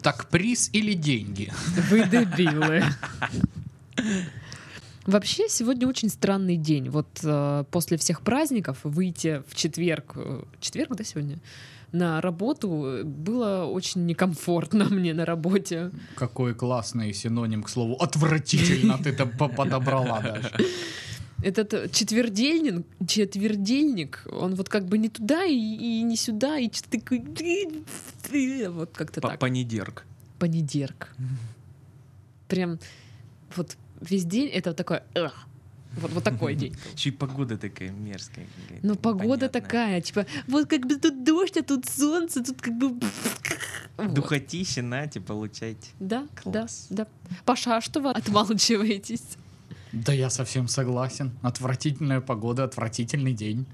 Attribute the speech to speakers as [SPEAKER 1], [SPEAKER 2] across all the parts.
[SPEAKER 1] Так приз или деньги?
[SPEAKER 2] Вы дебилы. Вообще, сегодня очень странный день. Вот э, после всех праздников выйти в четверг, э, четверг, да, сегодня, на работу э, было очень некомфортно мне на работе.
[SPEAKER 1] Какой классный синоним к слову отвратительно ты там по- подобрала даже.
[SPEAKER 2] Этот э, четвердельник, четвердельник, он вот как бы не туда и, и не сюда, и что-то такое... Вот как-то
[SPEAKER 3] П-
[SPEAKER 2] так.
[SPEAKER 3] Понедерг.
[SPEAKER 2] Понедерг. Прям вот весь день это такое... «Эх». Вот, вот такой день.
[SPEAKER 3] Еще и погода такая мерзкая. какая-то,
[SPEAKER 2] Ну, погода
[SPEAKER 3] непонятная.
[SPEAKER 2] такая, типа, вот как бы тут дождь, а тут солнце, тут как бы... Вот.
[SPEAKER 3] Духотища, нате, получайте.
[SPEAKER 2] Да,
[SPEAKER 3] Класс.
[SPEAKER 2] да, да. Паша, а что вы отмалчиваетесь?
[SPEAKER 1] Да я совсем согласен. Отвратительная погода, отвратительный день.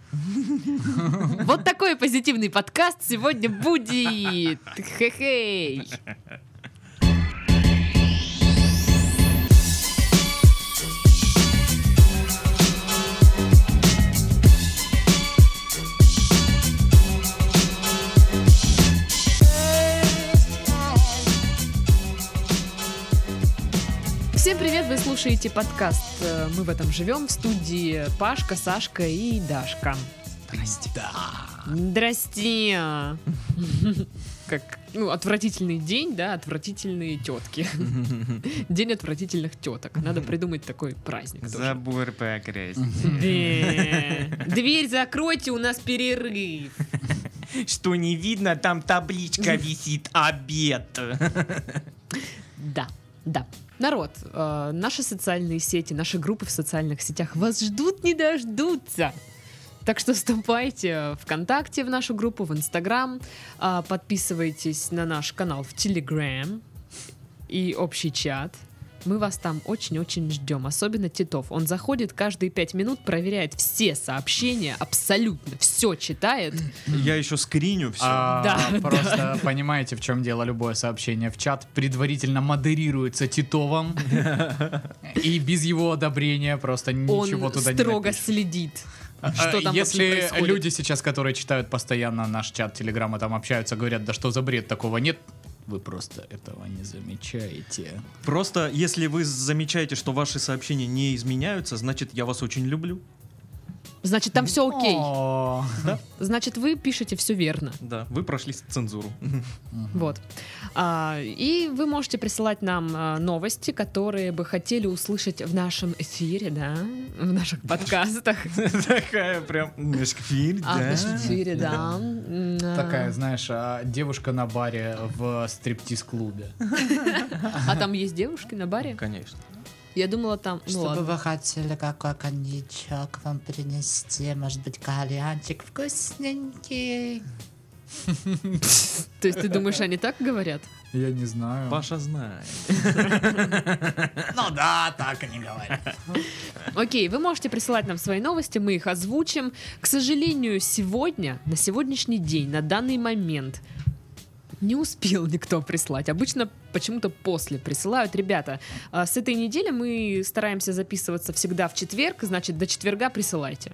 [SPEAKER 2] Вот такой позитивный подкаст сегодня будет. Хе-хей. Всем привет, вы слушаете подкаст э, «Мы в этом живем» в студии Пашка, Сашка и Дашка.
[SPEAKER 1] Здрасте. Да.
[SPEAKER 2] Здрасте. Как, ну, отвратительный день, да, отвратительные тетки. День отвратительных теток. Надо придумать такой праздник. тоже.
[SPEAKER 3] Забор покрасить.
[SPEAKER 2] Да. Дверь закройте, у нас перерыв.
[SPEAKER 3] Что не видно, там табличка висит обед.
[SPEAKER 2] Да, да. Народ, э, наши социальные сети, наши группы в социальных сетях вас ждут, не дождутся. Так что вступайте в ВКонтакте, в нашу группу, в Инстаграм, а, подписывайтесь на наш канал в Телеграм и общий чат. Мы вас там очень-очень ждем, особенно Титов. Он заходит каждые пять минут, проверяет все сообщения, абсолютно все читает.
[SPEAKER 3] Я еще скриню все.
[SPEAKER 1] А,
[SPEAKER 2] Да,
[SPEAKER 1] просто понимаете, в чем дело любое сообщение в чат предварительно модерируется Титовым, и без его одобрения просто ничего
[SPEAKER 2] Он
[SPEAKER 1] туда не
[SPEAKER 2] строго
[SPEAKER 1] напишешь.
[SPEAKER 2] следит,
[SPEAKER 1] А,
[SPEAKER 2] что там вообще
[SPEAKER 1] Если
[SPEAKER 2] происходит.
[SPEAKER 1] люди сейчас, которые читают постоянно наш чат Телеграма, там общаются, говорят, да что за бред, такого нет, вы просто этого не замечаете.
[SPEAKER 3] Просто, если вы замечаете, что ваши сообщения не изменяются, значит, я вас очень люблю.
[SPEAKER 2] Значит, там все окей.
[SPEAKER 1] О,
[SPEAKER 2] Значит, вы пишете все верно.
[SPEAKER 3] Да, вы прошли цензуру.
[SPEAKER 2] Вот. А, и вы можете присылать нам а, новости, которые бы хотели услышать в нашем эфире, да, в наших подкастах.
[SPEAKER 3] Такая прям мешквиль,
[SPEAKER 2] А, в нашем эфире, да. М, а,
[SPEAKER 1] Такая, знаешь, а, девушка на баре в стриптиз-клубе.
[SPEAKER 2] А там есть девушки на баре?
[SPEAKER 3] Конечно.
[SPEAKER 2] Я думала, там... Ну
[SPEAKER 4] Что бы
[SPEAKER 2] ладно.
[SPEAKER 4] вы хотели, какой коньячок вам принести? Может быть, кальянчик вкусненький?
[SPEAKER 2] То есть ты думаешь, они так говорят?
[SPEAKER 1] Я не знаю.
[SPEAKER 3] Паша знает.
[SPEAKER 1] Ну да, так они говорят.
[SPEAKER 2] Окей, вы можете присылать нам свои новости, мы их озвучим. К сожалению, сегодня, на сегодняшний день, на данный момент, не успел никто прислать. Обычно почему-то после присылают. Ребята, а, с этой недели мы стараемся записываться всегда в четверг, значит, до четверга присылайте,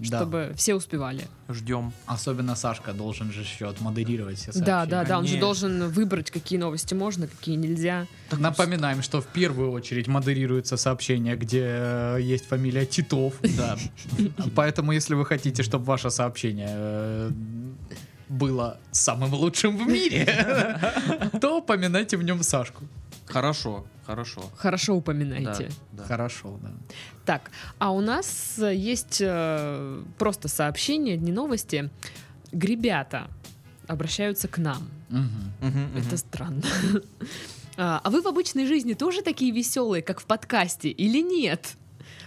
[SPEAKER 2] чтобы все успевали.
[SPEAKER 3] Ждем.
[SPEAKER 1] Особенно Сашка должен же еще отмодерировать все
[SPEAKER 2] да,
[SPEAKER 1] сообщения.
[SPEAKER 2] да, да, он же
[SPEAKER 3] Конечно.
[SPEAKER 2] должен выбрать, какие новости можно, какие нельзя.
[SPEAKER 1] Напоминаем, что в первую очередь модерируется сообщение, где э, есть фамилия Титов. Да. Поэтому, если вы хотите, чтобы ваше сообщение э, было самым лучшим в мире, то упоминайте в нем Сашку.
[SPEAKER 3] Хорошо, хорошо.
[SPEAKER 2] Хорошо
[SPEAKER 3] Да,
[SPEAKER 2] упоминайте.
[SPEAKER 3] да.
[SPEAKER 1] Хорошо, да.
[SPEAKER 2] Так, а у нас э, есть э, просто сообщение, не новости. Гребята обращаются к нам.
[SPEAKER 1] Мгм.
[SPEAKER 3] Мгм, мгм.
[SPEAKER 2] Это странно. А а вы в обычной жизни тоже такие веселые, как в подкасте, или нет?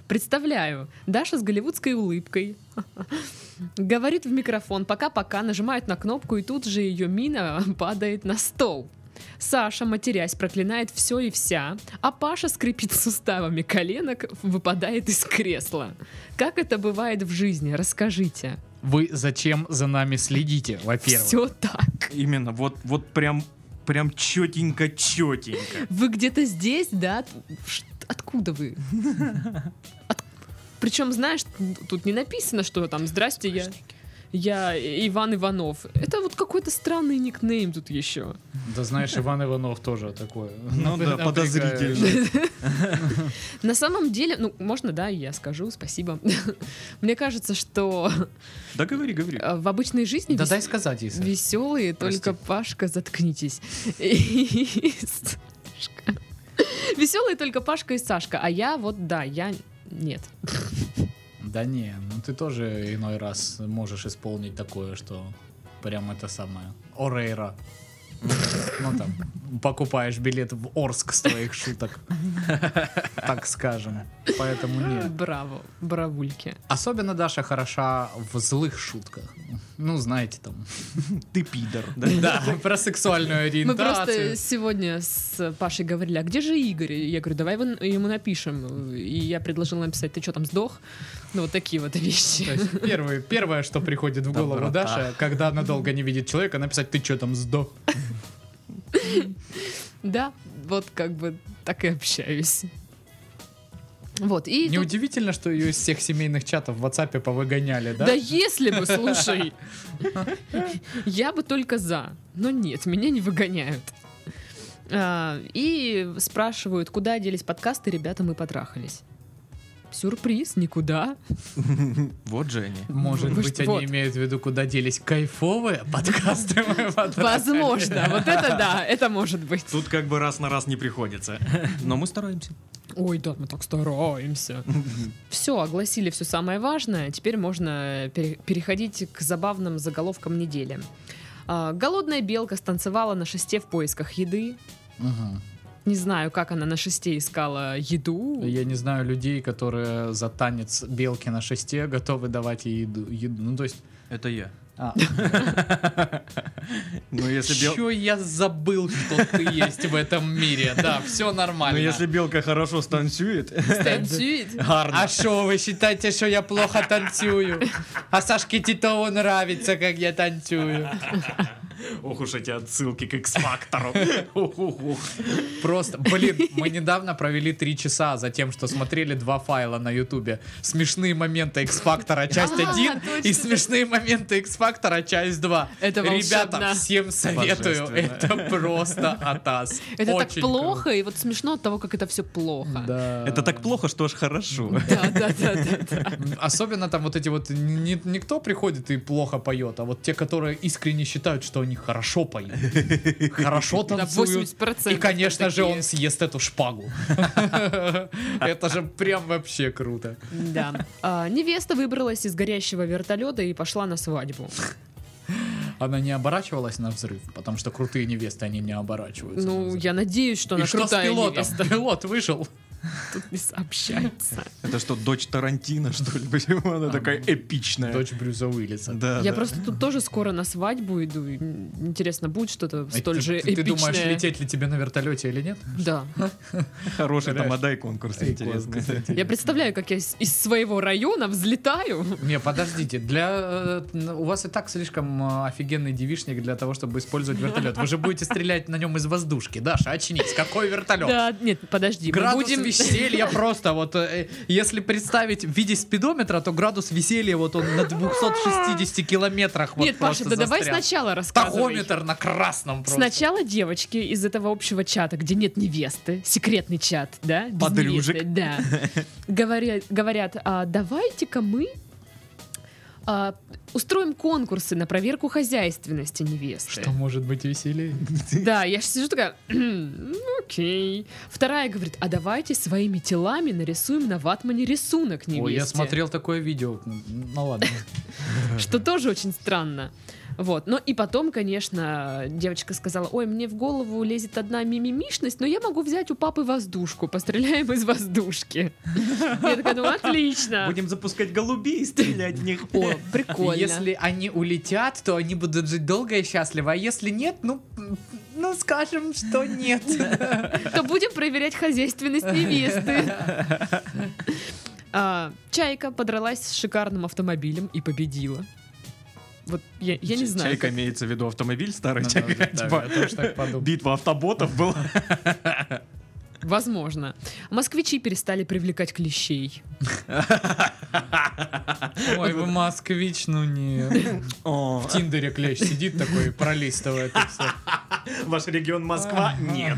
[SPEAKER 2] Представляю, Даша с голливудской улыбкой говорит в микрофон «пока-пока», нажимает на кнопку, и тут же ее мина падает на стол. Саша, матерясь, проклинает все и вся, а Паша скрипит суставами коленок, выпадает из кресла. Как это бывает в жизни? Расскажите.
[SPEAKER 1] Вы зачем за нами следите, во-первых?
[SPEAKER 2] Все так.
[SPEAKER 3] Именно, вот, вот прям, прям четенько, четенько.
[SPEAKER 2] Вы где-то здесь, да? Ш- Откуда вы? Причем, знаешь, тут не написано, что там «Здрасте, я». я Иван Иванов. Это вот какой-то странный никнейм тут еще.
[SPEAKER 1] Да знаешь, Иван Иванов тоже такой.
[SPEAKER 3] Ну да,
[SPEAKER 1] Напрягает.
[SPEAKER 3] подозрительно.
[SPEAKER 2] На самом деле, ну, можно, да, я скажу, спасибо. Мне кажется, что
[SPEAKER 3] Да говори, говори.
[SPEAKER 2] э, в обычной жизни
[SPEAKER 1] Да
[SPEAKER 2] вес-
[SPEAKER 1] дай сказать, если.
[SPEAKER 2] веселые
[SPEAKER 3] Прости.
[SPEAKER 2] только Пашка, заткнитесь. И Сашка. Веселые только Пашка и Сашка, а я вот, да, я нет.
[SPEAKER 1] Да не, ну ты тоже иной раз можешь исполнить такое, что прям это самое. Орейра. Ну там, покупаешь билет в Орск с твоих шуток. Так скажем. Поэтому нет.
[SPEAKER 2] Браво, бравульки.
[SPEAKER 1] Особенно Даша хороша в злых шутках. Ну, знаете там.
[SPEAKER 3] Ты пидор. да?
[SPEAKER 1] Да, про сексуальную
[SPEAKER 2] Мы просто
[SPEAKER 1] ориентацию.
[SPEAKER 2] сегодня с Пашей говорили, а где же Игорь? И Я говорю, давай его- ему напишем. И я предложила написать, ты что там сдох? Ну вот такие вот
[SPEAKER 1] То
[SPEAKER 2] вещи.
[SPEAKER 1] есть первое, первое, что приходит в голову
[SPEAKER 3] Доброта.
[SPEAKER 1] Даша, когда она долго не видит человека, написать «Ты чё там сдох?»
[SPEAKER 2] Да, вот как бы так и общаюсь. Вот, и... тут-
[SPEAKER 1] Неудивительно, что ее из всех семейных чатов в WhatsApp повыгоняли, да?
[SPEAKER 2] Да если бы, слушай, я бы только за, но нет, меня не выгоняют. А, И спрашивают, куда делись подкасты, ребята, мы потрахались. Сюрприз, никуда.
[SPEAKER 3] Вот же они.
[SPEAKER 1] Может
[SPEAKER 2] Вы
[SPEAKER 1] быть,
[SPEAKER 2] что,
[SPEAKER 1] они
[SPEAKER 2] вот.
[SPEAKER 1] имеют в виду, куда делись кайфовые подкасты мы потрахали.
[SPEAKER 2] Возможно, вот это да, это может быть.
[SPEAKER 3] Тут как бы раз на раз не приходится. Но мы стараемся.
[SPEAKER 2] Ой, да, мы так стараемся. Все, огласили все самое важное. Теперь можно пере- переходить к забавным заголовкам недели. А, Голодная белка станцевала на шесте в поисках еды.
[SPEAKER 1] Мгм.
[SPEAKER 2] Не знаю, как она на шесте искала еду.
[SPEAKER 1] Я не знаю людей, которые за танец белки на шесте готовы давать ей еду. еду. Ну, то есть...
[SPEAKER 3] Это я.
[SPEAKER 1] а,
[SPEAKER 3] Но если, бел- ну,
[SPEAKER 1] чё я забыл, что ты есть в этом мире? Да, все
[SPEAKER 3] Но
[SPEAKER 1] нормально.
[SPEAKER 3] Ну, если белка хорошо станцует,
[SPEAKER 2] Станцует.
[SPEAKER 1] А что, вы считаете, что я плохо танцую? А Сашке Титову нравится, как я танцую.
[SPEAKER 3] Ох уж эти отсылки к X-фактору.
[SPEAKER 1] Просто, блин, мы недавно провели три часа за тем, что смотрели два файла на Ютубе. Смешные моменты X-Factor часть
[SPEAKER 2] А,
[SPEAKER 1] 1 и
[SPEAKER 2] точно.
[SPEAKER 1] смешные моменты X-Factor часть 2.
[SPEAKER 2] Это
[SPEAKER 1] Ребята,
[SPEAKER 2] волшебно.
[SPEAKER 1] всем советую.
[SPEAKER 3] Божественно.
[SPEAKER 1] Это просто атас.
[SPEAKER 2] Это так
[SPEAKER 1] Очень
[SPEAKER 2] плохо, и вот смешно от того, как это все плохо.
[SPEAKER 1] круто. Да.
[SPEAKER 3] Это так плохо, что аж хорошо.
[SPEAKER 2] Да, да, да, да, да.
[SPEAKER 1] Особенно там вот эти вот не, никто приходит и плохо поет, а вот те, которые искренне считают, что они хорошо поют, хорошо
[SPEAKER 2] Да,
[SPEAKER 1] танцуют.
[SPEAKER 2] 80%.
[SPEAKER 1] И, конечно же,
[SPEAKER 2] такие.
[SPEAKER 1] он съест эту шпагу. Это же прям вообще круто.
[SPEAKER 2] Да. А, невеста выбралась из горящего вертолета и пошла на свадьбу.
[SPEAKER 1] Она не оборачивалась на взрыв, потому что крутые невесты, они не оборачиваются. на
[SPEAKER 2] Ну,
[SPEAKER 1] взрыв.
[SPEAKER 2] я надеюсь, что
[SPEAKER 1] И
[SPEAKER 2] она
[SPEAKER 1] что с
[SPEAKER 2] крутая
[SPEAKER 1] пилотом?
[SPEAKER 2] невеста.
[SPEAKER 1] Пилот вышел.
[SPEAKER 2] Тут не сообщается.
[SPEAKER 3] Это что, дочь Тарантино, что ли? Почему она такая эпичная?
[SPEAKER 1] Дочь Брюса Уиллиса.
[SPEAKER 3] Да,
[SPEAKER 2] Я
[SPEAKER 3] да.
[SPEAKER 2] просто тут тоже скоро на свадьбу иду. и, м, Интересно, будет что-то
[SPEAKER 1] Эй,
[SPEAKER 2] столь
[SPEAKER 1] А ты-
[SPEAKER 2] же
[SPEAKER 1] ты- Ты думаешь,
[SPEAKER 2] эпичное?
[SPEAKER 1] лететь ли тебе на вертолете или нет?
[SPEAKER 2] Да.
[SPEAKER 3] Хороший там
[SPEAKER 1] Понимаешь?
[SPEAKER 3] отдай конкурс
[SPEAKER 1] Эй,
[SPEAKER 3] интересный.
[SPEAKER 1] конкурс
[SPEAKER 2] Я представляю, как я из из своего района взлетаю.
[SPEAKER 1] Не, подождите, для э, у вас и так слишком э, офигенный девишник для того, чтобы использовать вертолет. Вы же будете стрелять на нем из воздушки, Даша, очнись, какой вертолет?
[SPEAKER 2] Да, нет, подожди. мы
[SPEAKER 1] Градус
[SPEAKER 2] будем...
[SPEAKER 1] веселья просто вот, э, если представить в виде спидометра, то градус веселья вот он на 260 километрах вот
[SPEAKER 2] Нет, Паша,
[SPEAKER 1] просто
[SPEAKER 2] да давай
[SPEAKER 1] застрял.
[SPEAKER 2] сначала рассказывай.
[SPEAKER 1] Тахометр на красном просто.
[SPEAKER 2] Сначала девочки из этого общего чата, где нет невесты, секретный чат, да? без
[SPEAKER 3] Подружек.
[SPEAKER 2] невесты, Да. Говорят, говорят «А, давайте-ка мы а, устроим конкурсы на проверку хозяйственности невесты.
[SPEAKER 1] Что может быть веселее?
[SPEAKER 2] Да, я ж сижу такая, «Хм, ну, окей. Вторая говорит, а давайте своими телами нарисуем на ватмане рисунок невесте.
[SPEAKER 1] Ой, я смотрел такое видео. Ну ладно.
[SPEAKER 2] Что тоже очень странно. Вот. Но и потом, конечно, девочка сказала, ой, мне в голову лезет одна мимимишность, но я могу взять у папы воздушку, постреляем из воздушки. Я такая, ну отлично.
[SPEAKER 3] Будем запускать голубей и стрелять в них.
[SPEAKER 2] О, прикольно.
[SPEAKER 1] Если они улетят, то они будут жить долго и счастливо. А если нет, ну, м, ну скажем, что нет. Ну,
[SPEAKER 2] То будем проверять хозяйственность невесты. А, Чайка подралась с шикарным автомобилем и победила. Вот я, я не
[SPEAKER 3] Ч-
[SPEAKER 2] знаю.
[SPEAKER 3] Чайка
[SPEAKER 2] как-
[SPEAKER 3] имеется в виду автомобиль старый,
[SPEAKER 1] Ну да,
[SPEAKER 3] чайка,
[SPEAKER 1] да,
[SPEAKER 3] типа,
[SPEAKER 1] я тоже так подумал.
[SPEAKER 3] Битва автоботов была.
[SPEAKER 2] Возможно. Москвичи перестали привлекать клещей.
[SPEAKER 1] Ой, вы москвич, ну не.
[SPEAKER 3] О,
[SPEAKER 1] В Тиндере клещ сидит такой и пролистывает и все.
[SPEAKER 3] Ваш регион Москва?
[SPEAKER 1] А.
[SPEAKER 3] Нет.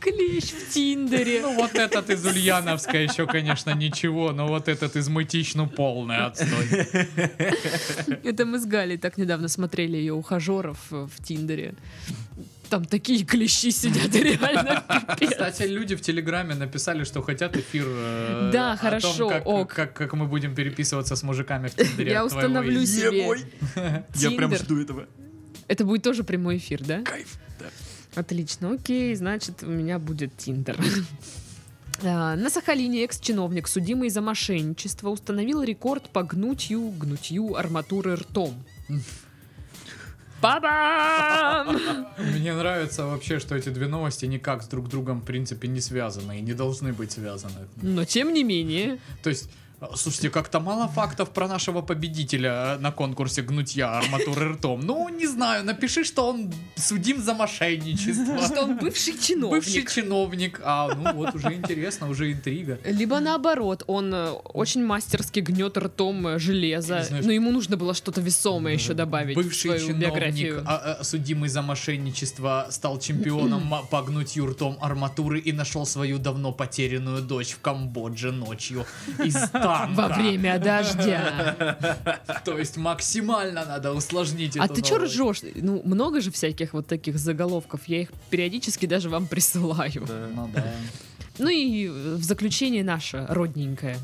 [SPEAKER 2] Клещ в Тиндере.
[SPEAKER 1] Ну вот этот из Ульяновска еще, конечно, ничего, но вот этот из Мытищ, ну полный отстой.
[SPEAKER 2] Это мы с Галей так недавно смотрели ее ухажеров э, в Тиндере. Там такие клещи сидят, реально. пипец.
[SPEAKER 1] Кстати, люди в Телеграме написали, что хотят эфир э,
[SPEAKER 2] Да,
[SPEAKER 1] о
[SPEAKER 2] хорошо,
[SPEAKER 1] том, как,
[SPEAKER 2] ок.
[SPEAKER 1] как, как мы будем переписываться с мужиками в Тиндере.
[SPEAKER 2] Я
[SPEAKER 1] от твоего
[SPEAKER 2] установлю
[SPEAKER 1] имени.
[SPEAKER 2] себе
[SPEAKER 3] Е-мой. Я прям
[SPEAKER 2] Тиндер.
[SPEAKER 3] жду этого.
[SPEAKER 2] Это будет тоже прямой эфир, да?
[SPEAKER 3] Кайф. Да.
[SPEAKER 2] Отлично, окей, значит, у меня будет Тиндер. А, На Сахалине экс-чиновник, судимый за мошенничество, установил рекорд по гнутью, гнутью арматуры ртом. Ба-бам!
[SPEAKER 1] Мне нравится вообще, что эти две новости никак с друг другом, в принципе, не связаны и не должны быть связаны.
[SPEAKER 2] Но тем не менее,
[SPEAKER 1] То есть, э, слушайте, как-то мало фактов про нашего победителя э, на конкурсе гнутья арматуры ртом. Ну, не знаю, напиши, что он судим за мошенничество.
[SPEAKER 2] что он бывший чиновник.
[SPEAKER 1] Бывший чиновник. А, ну вот, уже интересно, уже интрига.
[SPEAKER 2] Либо наоборот, он э, очень мастерски гнет ртом э, железо,
[SPEAKER 1] Ты знаешь,
[SPEAKER 2] но ему нужно было что-то весомое еще добавить
[SPEAKER 1] Бывший
[SPEAKER 2] в свою
[SPEAKER 1] чиновник,
[SPEAKER 2] биографию.
[SPEAKER 1] а, а, судимый за мошенничество, стал чемпионом м- по гнутью ртом арматуры и нашел свою давно потерянную дочь в Камбодже ночью из танка.
[SPEAKER 2] Во время дождя.
[SPEAKER 1] То есть максимально надо усложнить
[SPEAKER 2] А
[SPEAKER 1] эту
[SPEAKER 2] ты чё
[SPEAKER 1] новость.
[SPEAKER 2] ржешь? Ну, много же всяких вот таких заголовков. Я их периодически даже вам присылаю.
[SPEAKER 1] Ну да.
[SPEAKER 2] Ну и э, в заключение наше, родненькое.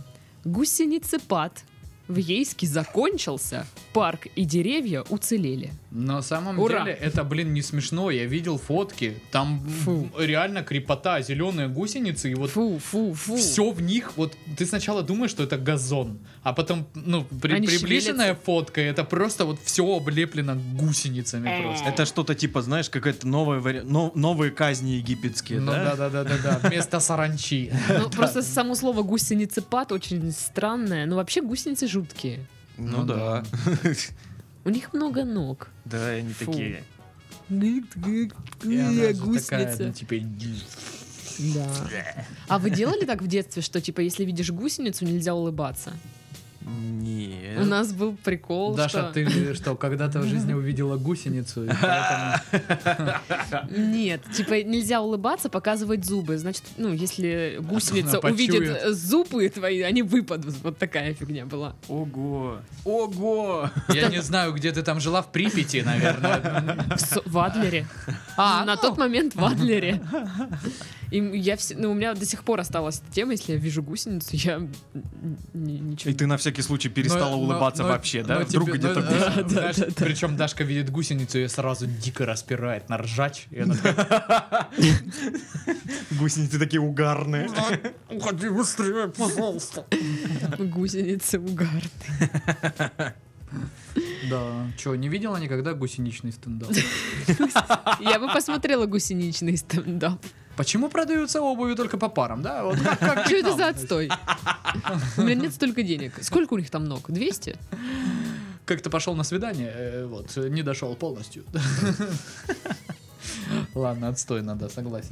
[SPEAKER 2] Гусеницепад в Ейске закончился, парк и деревья уцелели.
[SPEAKER 1] На самом
[SPEAKER 2] Ура!
[SPEAKER 1] деле, это, блин, не смешно. Я видел фотки. Там м,
[SPEAKER 2] Фу.
[SPEAKER 1] реально крепота, зеленые гусеницы, и вот
[SPEAKER 2] Фу, фу, фу.
[SPEAKER 1] все в них. Вот ты сначала думаешь, что это газон, а потом, ну, при-
[SPEAKER 2] Они
[SPEAKER 1] приближенная фотка, это просто вот все облеплено
[SPEAKER 2] Э.
[SPEAKER 1] гусеницами просто.
[SPEAKER 3] Это что-то типа, знаешь, какая-то новая вари- но- новые казни египетские,
[SPEAKER 1] Ну да,
[SPEAKER 3] да?
[SPEAKER 1] да, да, да, да. Вместо саранчи.
[SPEAKER 2] Ну, просто само слово гусеницепад очень странное. Но вообще гусеницы жуткие.
[SPEAKER 1] Ну
[SPEAKER 3] Ну да.
[SPEAKER 2] У них много ног.
[SPEAKER 3] Да, и они
[SPEAKER 2] Фу.
[SPEAKER 3] такие.
[SPEAKER 1] И она же такая, ну,
[SPEAKER 2] Гусеница.
[SPEAKER 1] типа,
[SPEAKER 2] Да. А вы делали так в детстве, что типа если видишь гусеницу, нельзя улыбаться?
[SPEAKER 1] Ну,
[SPEAKER 2] У
[SPEAKER 3] Нет.
[SPEAKER 2] нас был прикол,
[SPEAKER 1] Даша,
[SPEAKER 2] что...
[SPEAKER 1] ты что, когда-то в жизни увидела гусеницу? и поэтому-
[SPEAKER 2] Нет, типа нельзя улыбаться, показывать зубы. Значит, ну, если гусеница
[SPEAKER 1] А она
[SPEAKER 2] увидит
[SPEAKER 1] почует.
[SPEAKER 2] э, зубы твои, они выпадут. Вот такая фигня была.
[SPEAKER 3] Ого. Ого.
[SPEAKER 1] Я не знаю, где ты там жила, в Припяти, наверное.
[SPEAKER 2] В, Со- в Адлере. А, на тот момент в Адлере. И я все, ну, у меня до сих пор осталась эта тема, если я вижу гусеницу, я н- н- ничего.
[SPEAKER 3] И ты на всякий случай перестала
[SPEAKER 1] Но- но-
[SPEAKER 3] улыбаться
[SPEAKER 1] но-
[SPEAKER 3] вообще, да?
[SPEAKER 1] но
[SPEAKER 3] Вдруг
[SPEAKER 1] тебе-
[SPEAKER 3] где-то
[SPEAKER 1] но-
[SPEAKER 3] гусь-
[SPEAKER 1] да, знаешь, Причем Дашка видит гусеницу, ее сразу дико распирает на ржач. И она такая,
[SPEAKER 3] гусеницы такие угарные.
[SPEAKER 1] уходи быстрее, пожалуйста.
[SPEAKER 2] Гусеницы угарные.
[SPEAKER 1] Да. Че, не видела никогда гусеничный стендап?
[SPEAKER 2] Я бы посмотрела гусеничный стендап.
[SPEAKER 1] Почему продаются обуви только по парам, да? Вот как- как
[SPEAKER 2] Что это
[SPEAKER 1] там?
[SPEAKER 2] за отстой? У меня нет столько денег. Сколько у них там ног? 200?
[SPEAKER 1] Как-то пошел на свидание, э, вот, не дошел полностью. Ладно, отстойно, да, согласен.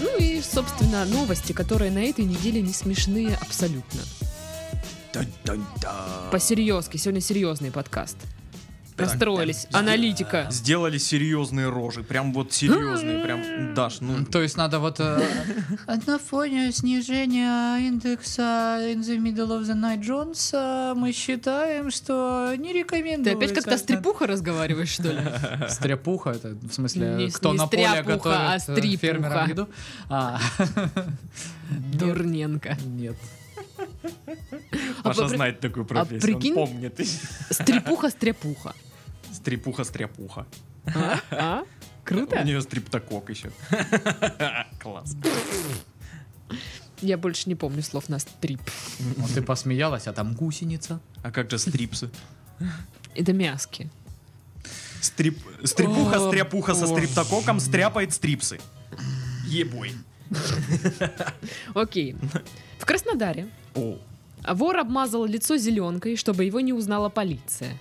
[SPEAKER 2] Ну и, собственно, новости, которые на этой неделе не смешные абсолютно.
[SPEAKER 3] Тань-тань-та.
[SPEAKER 2] по Сегодня серьезный подкаст. Настроились. Аналитика.
[SPEAKER 3] Сделали серьезные рожи, прям вот серьезные, прям, Даш, ну...
[SPEAKER 1] То есть надо вот... э,
[SPEAKER 4] На фоне снижения индекса In the Middle of the Night Джонса мы считаем, что не
[SPEAKER 2] Ты
[SPEAKER 4] рекомендуется...
[SPEAKER 2] опять как-то стрепуха разговариваешь, что ли?
[SPEAKER 1] Стряпуха, это в смысле,
[SPEAKER 2] Не-
[SPEAKER 1] кто
[SPEAKER 2] не
[SPEAKER 1] на поле
[SPEAKER 2] стряпуха,
[SPEAKER 1] готовит
[SPEAKER 2] а
[SPEAKER 1] э,
[SPEAKER 2] стрипуха.
[SPEAKER 1] фермерам еду? А,
[SPEAKER 2] Дурненко.
[SPEAKER 1] нет.
[SPEAKER 2] А
[SPEAKER 3] Паша
[SPEAKER 2] при-
[SPEAKER 3] знает такую профессию,
[SPEAKER 2] а прикинь-
[SPEAKER 3] он помнит.
[SPEAKER 2] Стрепуха-стрепуха.
[SPEAKER 3] Стрепуха-стряпуха.
[SPEAKER 2] А? А?
[SPEAKER 3] У
[SPEAKER 2] Круто.
[SPEAKER 3] нее стриптокок еще. Класс.
[SPEAKER 2] Я больше не помню слов на стрип.
[SPEAKER 1] Вот Ну, ты посмеялась, а там гусеница.
[SPEAKER 3] А как же стрипсы?
[SPEAKER 2] Это мяски.
[SPEAKER 3] Стрип... Стрипуха,
[SPEAKER 1] О,
[SPEAKER 3] стряпуха со
[SPEAKER 1] боже.
[SPEAKER 3] стриптококом стряпает стрипсы. Ебой.
[SPEAKER 2] Окей. В Краснодаре
[SPEAKER 3] О,
[SPEAKER 2] Вор обмазал лицо зеленкой, чтобы его не узнала полиция.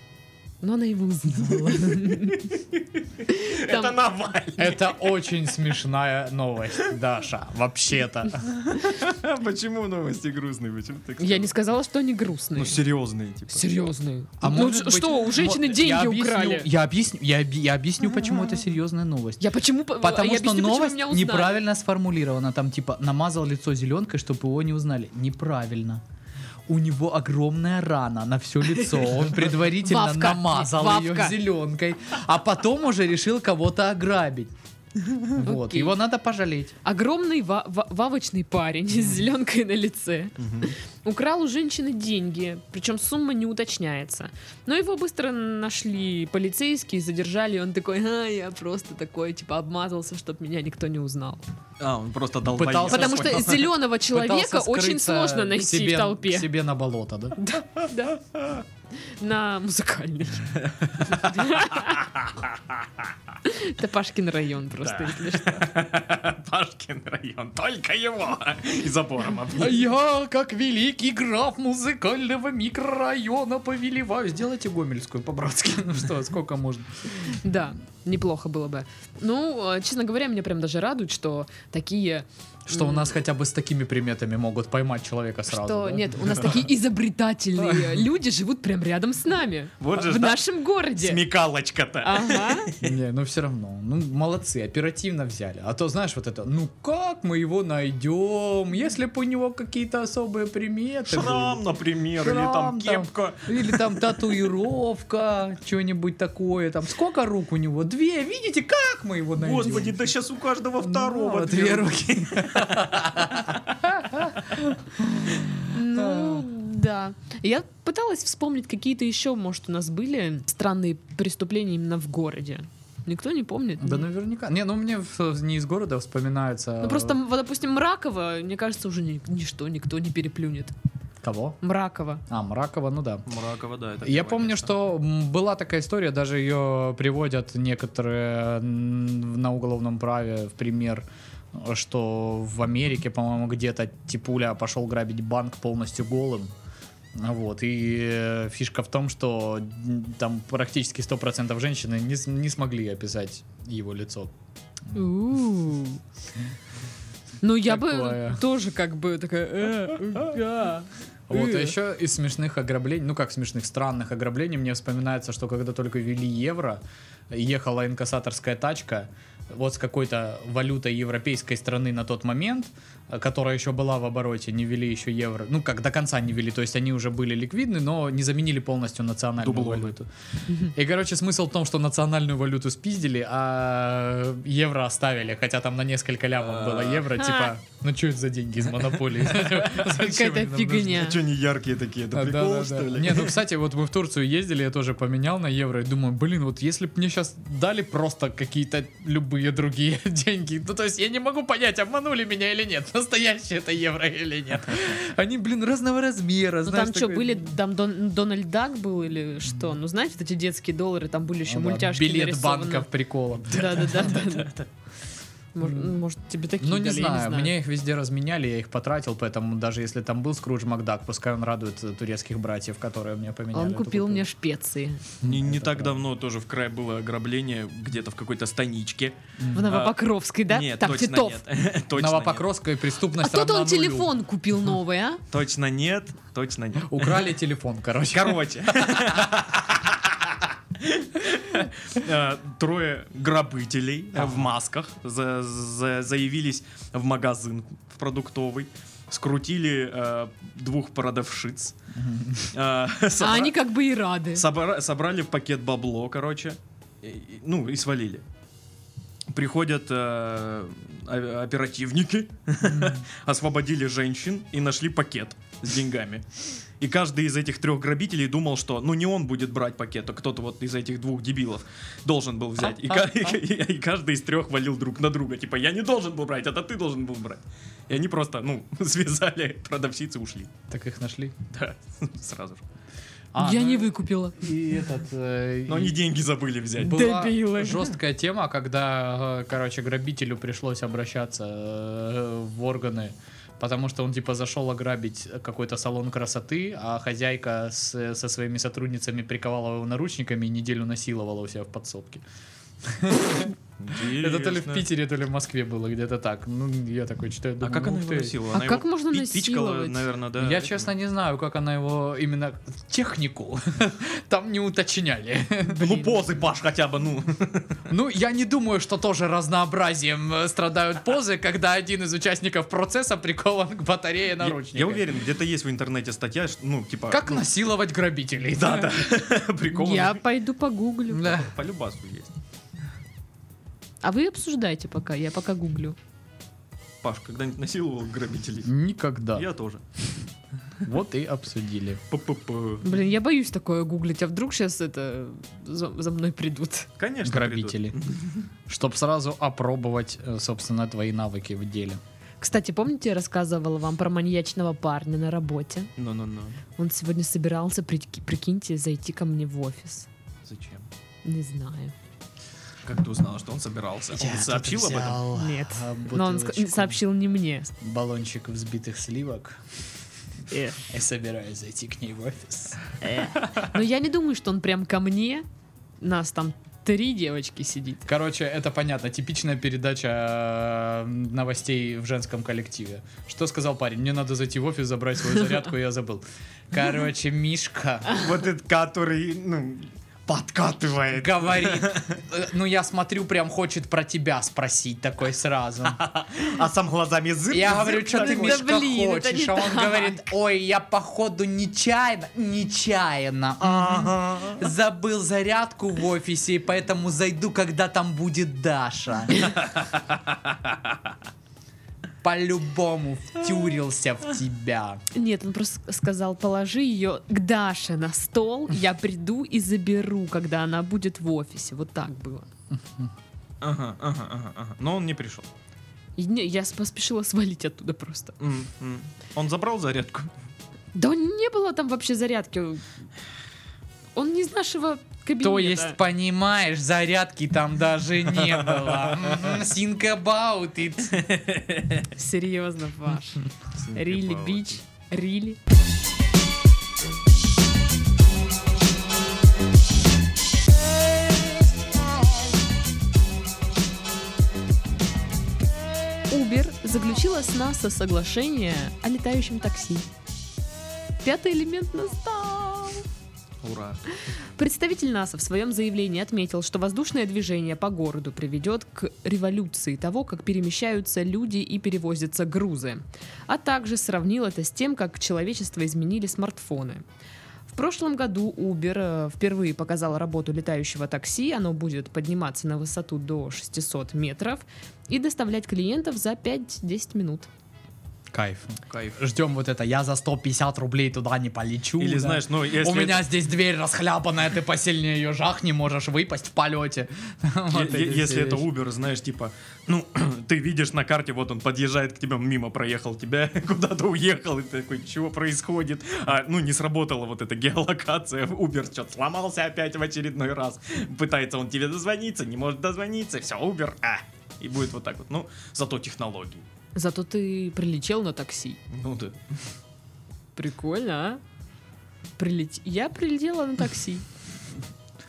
[SPEAKER 2] Но она его узнала. Там-
[SPEAKER 3] Навальный.
[SPEAKER 1] Это очень смешная новость, Даша. Вообще-то.
[SPEAKER 3] А Почему новости грустные? Почему ты так
[SPEAKER 2] Я не
[SPEAKER 3] сказала?
[SPEAKER 2] сказала, что они грустные.
[SPEAKER 3] Ну, серьезные, типа.
[SPEAKER 2] Серьезные.
[SPEAKER 1] А
[SPEAKER 2] Ну
[SPEAKER 1] может
[SPEAKER 2] ш-
[SPEAKER 1] быть,
[SPEAKER 2] что, у женщины
[SPEAKER 1] вот,
[SPEAKER 2] деньги
[SPEAKER 1] я объясню-
[SPEAKER 2] украли? А.
[SPEAKER 1] Я объясню, я, объ- я объясню, почему это серьезная новость.
[SPEAKER 2] Я почему... по-
[SPEAKER 1] Потому
[SPEAKER 2] я
[SPEAKER 1] что
[SPEAKER 2] объясню, почему
[SPEAKER 1] новость
[SPEAKER 2] меня узнали.
[SPEAKER 1] неправильно сформулирована. Там типа намазал лицо зеленкой, чтобы его не узнали. Неправильно. У него огромная рана на все лицо. Он предварительно
[SPEAKER 2] Вавка,
[SPEAKER 1] намазал ее
[SPEAKER 2] Вавка.
[SPEAKER 1] зеленкой, а потом уже решил кого-то ограбить. Вот.
[SPEAKER 2] Окей.
[SPEAKER 1] Его надо пожалеть.
[SPEAKER 2] Огромный ва- ва- вавочный парень с зеленкой на лице
[SPEAKER 3] Мгм.
[SPEAKER 2] украл у женщины деньги, причем сумма не уточняется. Но его быстро нашли полицейские, задержали, и он такой, а, я просто такой, типа, обмазался, чтобы меня никто не узнал.
[SPEAKER 3] А, он просто дал
[SPEAKER 1] Пытался
[SPEAKER 2] Потому что зеленого человека
[SPEAKER 1] Пытался
[SPEAKER 2] очень
[SPEAKER 1] скрыться
[SPEAKER 2] сложно найти
[SPEAKER 1] себе-
[SPEAKER 2] в толпе.
[SPEAKER 1] к себе на болото, да?
[SPEAKER 2] Да. На музыкальный. Это Пашкин район просто, если что.
[SPEAKER 3] Пашкин район, только его. И забором
[SPEAKER 1] А я, как великий граф музыкального микрорайона, повелеваю. Сделайте Гомельскую по-братски. Ну что, сколько можно?
[SPEAKER 2] Да, неплохо было бы. Ну, э, честно говоря, меня прям даже радует, что такие...
[SPEAKER 1] Что у нас хотя бы с такими приметами могут поймать человека сразу.
[SPEAKER 2] Что
[SPEAKER 1] да?
[SPEAKER 2] нет, у нас такие изобретательные люди живут прям рядом с нами.
[SPEAKER 3] Вот
[SPEAKER 2] в
[SPEAKER 3] же
[SPEAKER 2] А,
[SPEAKER 3] ж, да,
[SPEAKER 2] нашем городе.
[SPEAKER 3] Смекалочка-то.
[SPEAKER 2] Ага.
[SPEAKER 1] Не, ну все равно. Ну, молодцы, оперативно взяли. А то, знаешь, вот это, ну как мы его найдем, если бы у него какие-то особые приметы
[SPEAKER 3] Шрам, например, или
[SPEAKER 1] Шрам
[SPEAKER 3] там
[SPEAKER 1] там.
[SPEAKER 3] кепка.
[SPEAKER 1] были. Или там татуировка, что-нибудь такое. Там сколько рук у него? Две. Видите, как мы его найдем?
[SPEAKER 3] Господи, да сейчас у каждого
[SPEAKER 1] Ну,
[SPEAKER 3] второго
[SPEAKER 1] вот
[SPEAKER 3] две
[SPEAKER 1] две
[SPEAKER 3] руки.
[SPEAKER 1] руки.
[SPEAKER 2] Ну, да. Я пыталась вспомнить какие-то еще, может, у нас были странные преступления именно в городе. Никто не помнит?
[SPEAKER 1] Да наверняка. Не, ну мне в- не из города вспоминается.
[SPEAKER 2] Ну просто, вот, допустим, Мракова, мне кажется, уже ни- ничто, никто не переплюнет.
[SPEAKER 1] Кого?
[SPEAKER 2] Мракова.
[SPEAKER 1] А, Мракова, ну да.
[SPEAKER 3] Мракова, да, это.
[SPEAKER 1] Я помню, что м, была такая история, даже ее приводят некоторые м, на уголовном праве в пример, что в Америке, по-моему, где-то Типуля пошел грабить банк полностью голым. Вот, и э, фишка в том, что м, там практически 100% женщины не, с- не смогли описать его лицо.
[SPEAKER 2] У-у. Ну, я бы
[SPEAKER 1] Такое.
[SPEAKER 2] тоже как бы такая... «Э, э, да».
[SPEAKER 1] Вот, а
[SPEAKER 2] Э.
[SPEAKER 1] еще из смешных ограблений, ну как смешных, странных ограблений, мне вспоминается, что когда только ввели евро, ехала инкассаторская тачка, вот с какой-то валютой европейской страны на тот момент, э, которая еще была в обороте, не ввели еще евро, ну как до конца не ввели, то есть они уже были ликвидны, но не заменили полностью национальную
[SPEAKER 3] Дублоны.
[SPEAKER 1] валюту. И, короче, смысл в том, что национальную валюту спиздили, а евро оставили, хотя там на несколько лямов было евро, типа, ну что это за деньги из монополии? Зачем они
[SPEAKER 2] Какая-то
[SPEAKER 1] нам нужны?
[SPEAKER 2] фигня.
[SPEAKER 3] Что А они яркие такие? Это
[SPEAKER 1] А, да,
[SPEAKER 3] прикол,
[SPEAKER 1] да,
[SPEAKER 3] что
[SPEAKER 1] да.
[SPEAKER 3] ли?
[SPEAKER 1] Не, ну, кстати, вот мы в Турцию ездили, я тоже поменял на евро и думаю, блин, вот если бы мне сейчас дали просто какие-то любые другие деньги, ну, то есть я не могу понять, обманули меня или нет, настоящее это евро или нет. Они, блин, разного размера,
[SPEAKER 2] Ну
[SPEAKER 1] знаешь,
[SPEAKER 2] там что,
[SPEAKER 1] такой-
[SPEAKER 2] были, там Дон- Дональд Дак был или что? Ну знаете, вот эти детские доллары, там были еще
[SPEAKER 1] Ну да,
[SPEAKER 2] мультяшки
[SPEAKER 1] Билет
[SPEAKER 2] нарисованы.
[SPEAKER 1] банков приколом.
[SPEAKER 2] Да-да-да. Мож- Может, тебе такие
[SPEAKER 1] Ну, не
[SPEAKER 2] дали, я
[SPEAKER 1] знаю, мне их везде разменяли, я их потратил, поэтому даже если там был Скрудж Макдак, пускай он радует э, турецких братьев, которые мне
[SPEAKER 2] А
[SPEAKER 1] поменяли.
[SPEAKER 2] Он
[SPEAKER 1] эту
[SPEAKER 2] купил
[SPEAKER 1] купюру.
[SPEAKER 2] мне шпеции
[SPEAKER 3] Не, не
[SPEAKER 1] Это
[SPEAKER 3] так
[SPEAKER 1] правда.
[SPEAKER 3] давно тоже в край было ограбление где-то в какой-то станичке.
[SPEAKER 2] в Новопокровской, да?
[SPEAKER 3] Нет,
[SPEAKER 2] Там
[SPEAKER 3] точно
[SPEAKER 2] Титов.
[SPEAKER 3] нет. Точно
[SPEAKER 1] Новопокровская
[SPEAKER 2] А
[SPEAKER 1] преступность
[SPEAKER 2] тут
[SPEAKER 1] равна
[SPEAKER 2] он
[SPEAKER 1] нулю.
[SPEAKER 2] телефон купил новый, а?
[SPEAKER 3] нет. Точно нет, точно нет.
[SPEAKER 1] Украли телефон, короче.
[SPEAKER 3] Короче. Э, Трое грабителей э, в масках за- за- заявились в магазин в продуктовый, скрутили э, двух продавщиц, э,
[SPEAKER 2] А
[SPEAKER 3] собра-
[SPEAKER 2] они как бы и рады.
[SPEAKER 3] собра- собрали в пакет бабло, короче, и- и- ну и свалили. Приходят э, о- оперативники, освободили женщин и нашли пакет с деньгами. И каждый из этих трех грабителей думал, что ну не он будет брать пакет, а кто-то вот из этих двух дебилов должен был взять. И, ка- и- и каждый из трех валил друг на друга. Типа, я не должен был брать, это ты должен был брать. И они просто, ну, связали продавщицы и ушли.
[SPEAKER 1] Так их нашли.
[SPEAKER 3] Да, сразу же.
[SPEAKER 2] Я
[SPEAKER 1] ну
[SPEAKER 2] не
[SPEAKER 1] и-
[SPEAKER 2] выкупила.
[SPEAKER 1] И этот... э,
[SPEAKER 3] Но
[SPEAKER 1] и
[SPEAKER 3] они деньги забыли взять.
[SPEAKER 1] была
[SPEAKER 2] Дебилы.
[SPEAKER 1] жесткая тема, когда, э, короче, грабителю пришлось обращаться э, в органы потому что он типа зашел ограбить какой-то салон красоты, а хозяйка с- со своими сотрудницами приковала его наручниками и неделю насиловала у себя в подсобке. Это то ли в
[SPEAKER 3] Интересно.
[SPEAKER 1] Питере, то ли в Москве было, где-то так. Ну, я такой читаю,
[SPEAKER 3] А
[SPEAKER 1] думаю,
[SPEAKER 3] как
[SPEAKER 1] «Ух
[SPEAKER 3] она его
[SPEAKER 1] ты».
[SPEAKER 3] носила?
[SPEAKER 2] А
[SPEAKER 3] Она
[SPEAKER 2] как
[SPEAKER 3] его
[SPEAKER 2] можно
[SPEAKER 3] пи- пичкала,
[SPEAKER 2] насиловать?
[SPEAKER 3] наверное, да.
[SPEAKER 1] Я,
[SPEAKER 3] этим.
[SPEAKER 1] честно, не знаю, как она его именно технику там не уточняли.
[SPEAKER 3] Ну, позы, Паш, хотя бы, ну.
[SPEAKER 1] Ну, я не думаю, что тоже разнообразием э, страдают позы, когда один из участников процесса прикован к батарее
[SPEAKER 3] Я-
[SPEAKER 1] наручника.
[SPEAKER 3] Я уверен, где-то есть в интернете статья, что, ну, типа...
[SPEAKER 1] Как
[SPEAKER 3] ну,
[SPEAKER 1] насиловать грабителей?
[SPEAKER 3] Да, да. Прикол.
[SPEAKER 2] Я пойду погуглю.
[SPEAKER 1] Да.
[SPEAKER 3] По любасу есть.
[SPEAKER 2] А вы обсуждайте пока, я пока гуглю.
[SPEAKER 3] Паш, когда-нибудь насиловал грабителей?
[SPEAKER 1] Никогда.
[SPEAKER 3] Я тоже.
[SPEAKER 1] Вот и обсудили.
[SPEAKER 3] П-п-п.
[SPEAKER 2] Блин, я боюсь такое гуглить, а вдруг сейчас это за, за мной придут.
[SPEAKER 3] Конечно,
[SPEAKER 1] Грабители. Чтоб сразу опробовать, э, собственно, твои навыки в деле.
[SPEAKER 2] Кстати, помните, я рассказывала вам про маньячного парня на работе?
[SPEAKER 3] придут. Ну-ну-ну.
[SPEAKER 2] Он сегодня собирался, прики- прикиньте, зайти ко мне в офис.
[SPEAKER 3] Зачем?
[SPEAKER 2] Не знаю.
[SPEAKER 3] Как ты узнала, что он собирался? Он сообщил об этом?
[SPEAKER 2] Нет. Но он ск- сообщил не мне.
[SPEAKER 1] А Баллончик взбитых сливок
[SPEAKER 2] Э,
[SPEAKER 1] и собираюсь зайти к ней в офис.
[SPEAKER 2] э. Но я не думаю, что он прям ко мне. Нас там три девочки сидит.
[SPEAKER 1] Короче, это понятно. Типичная передача э, новостей в женском коллективе. Что сказал парень? Мне надо зайти в офис, забрать свою зарядку, я забыл. Короче, Мишка
[SPEAKER 3] Вот этот, который, ну, подкатывает.
[SPEAKER 1] говорит, э, ну я смотрю, прям хочет про тебя спросить такой сразу.
[SPEAKER 3] А сам глазами зыр.
[SPEAKER 1] Я говорю, что ты,
[SPEAKER 2] Да
[SPEAKER 1] Мишка,
[SPEAKER 2] блин, это
[SPEAKER 1] хочешь?
[SPEAKER 2] не
[SPEAKER 1] А он
[SPEAKER 2] так.
[SPEAKER 1] говорит, ой, я походу нечаянно, нечаянно
[SPEAKER 3] Ага.
[SPEAKER 1] забыл зарядку в офисе, и поэтому зайду, когда там будет Даша. По-любому втюрился в тебя.
[SPEAKER 2] Нет, он просто сказал, положи ее к Даше на стол, я приду и заберу, когда она будет в офисе. Вот так было.
[SPEAKER 3] Ага, ага, ага, ага. Но он не пришел.
[SPEAKER 2] И не- я с- поспешила свалить оттуда просто.
[SPEAKER 3] М, м. Он забрал зарядку?
[SPEAKER 2] Да не было там вообще зарядки. Он не из нашего кабинета.
[SPEAKER 1] То есть, понимаешь, зарядки там даже не было. Think about it.
[SPEAKER 2] Серьезно, Паш. Рили бич. Рили. Uber заключила с НАСА соглашение о летающем такси. Пятый элемент настал.
[SPEAKER 3] Ура.
[SPEAKER 2] Представитель НАСА в своем заявлении отметил, что воздушное движение по городу приведет к революции того, как перемещаются люди и перевозятся грузы, а также сравнил это с тем, как человечество изменили смартфоны. В прошлом году Uber э, впервые показал работу летающего такси. Оно будет подниматься на высоту до 600 метров и доставлять клиентов за 5-10 минут.
[SPEAKER 1] Кайф.
[SPEAKER 3] Кайф.
[SPEAKER 1] Ждем вот это. Я за 150 рублей туда не полечу.
[SPEAKER 3] Или
[SPEAKER 1] да.
[SPEAKER 3] знаешь, ну, если...
[SPEAKER 1] У меня здесь дверь расхлябанная, ты посильнее ее жахни, можешь выпасть в полете.
[SPEAKER 3] Е-
[SPEAKER 1] Вот эти
[SPEAKER 3] е- Если
[SPEAKER 1] все
[SPEAKER 3] это
[SPEAKER 1] вещи.
[SPEAKER 3] Uber, знаешь, типа, ну, ты видишь на карте, вот он подъезжает к тебе, мимо проехал тебя, куда-то уехал, и ты такой, чего происходит? А, ну, не сработала вот эта геолокация, Uber что-то сломался опять в очередной раз, пытается он тебе дозвониться, не может дозвониться, все, Uber, а, и будет вот так вот, ну, зато технологии.
[SPEAKER 2] Зато ты прилетел на такси.
[SPEAKER 3] Ну да.
[SPEAKER 2] Прикольно, а? Прилет- Я прилетела на такси.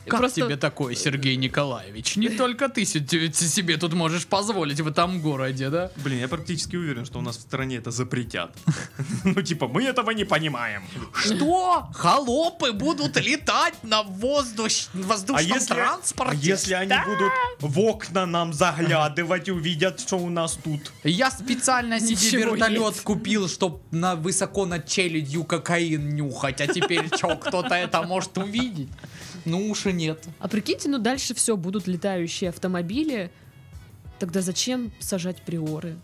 [SPEAKER 1] Как
[SPEAKER 2] Просто-
[SPEAKER 1] тебе такое, Сергей Николаевич? Не только ты се- те- те- себе тут можешь позволить в этом городе, да?
[SPEAKER 3] Блин, я практически уверен, что у нас в стране это запретят. Ну, типа, мы этого не понимаем.
[SPEAKER 1] Что? Холопы будут летать на воздуш- воздушном транспорте?
[SPEAKER 3] а если они будут в окна нам заглядывать, увидят, что у нас тут.
[SPEAKER 1] Я специально себе
[SPEAKER 2] Ничего
[SPEAKER 1] вертолет
[SPEAKER 2] нет.
[SPEAKER 1] купил, чтоб на высоко над челюстью кокаин нюхать, а теперь чё, кто-то это может увидеть? Ну уж и нет.
[SPEAKER 2] А прикиньте, ну дальше все будут летающие автомобили. Тогда зачем сажать приоры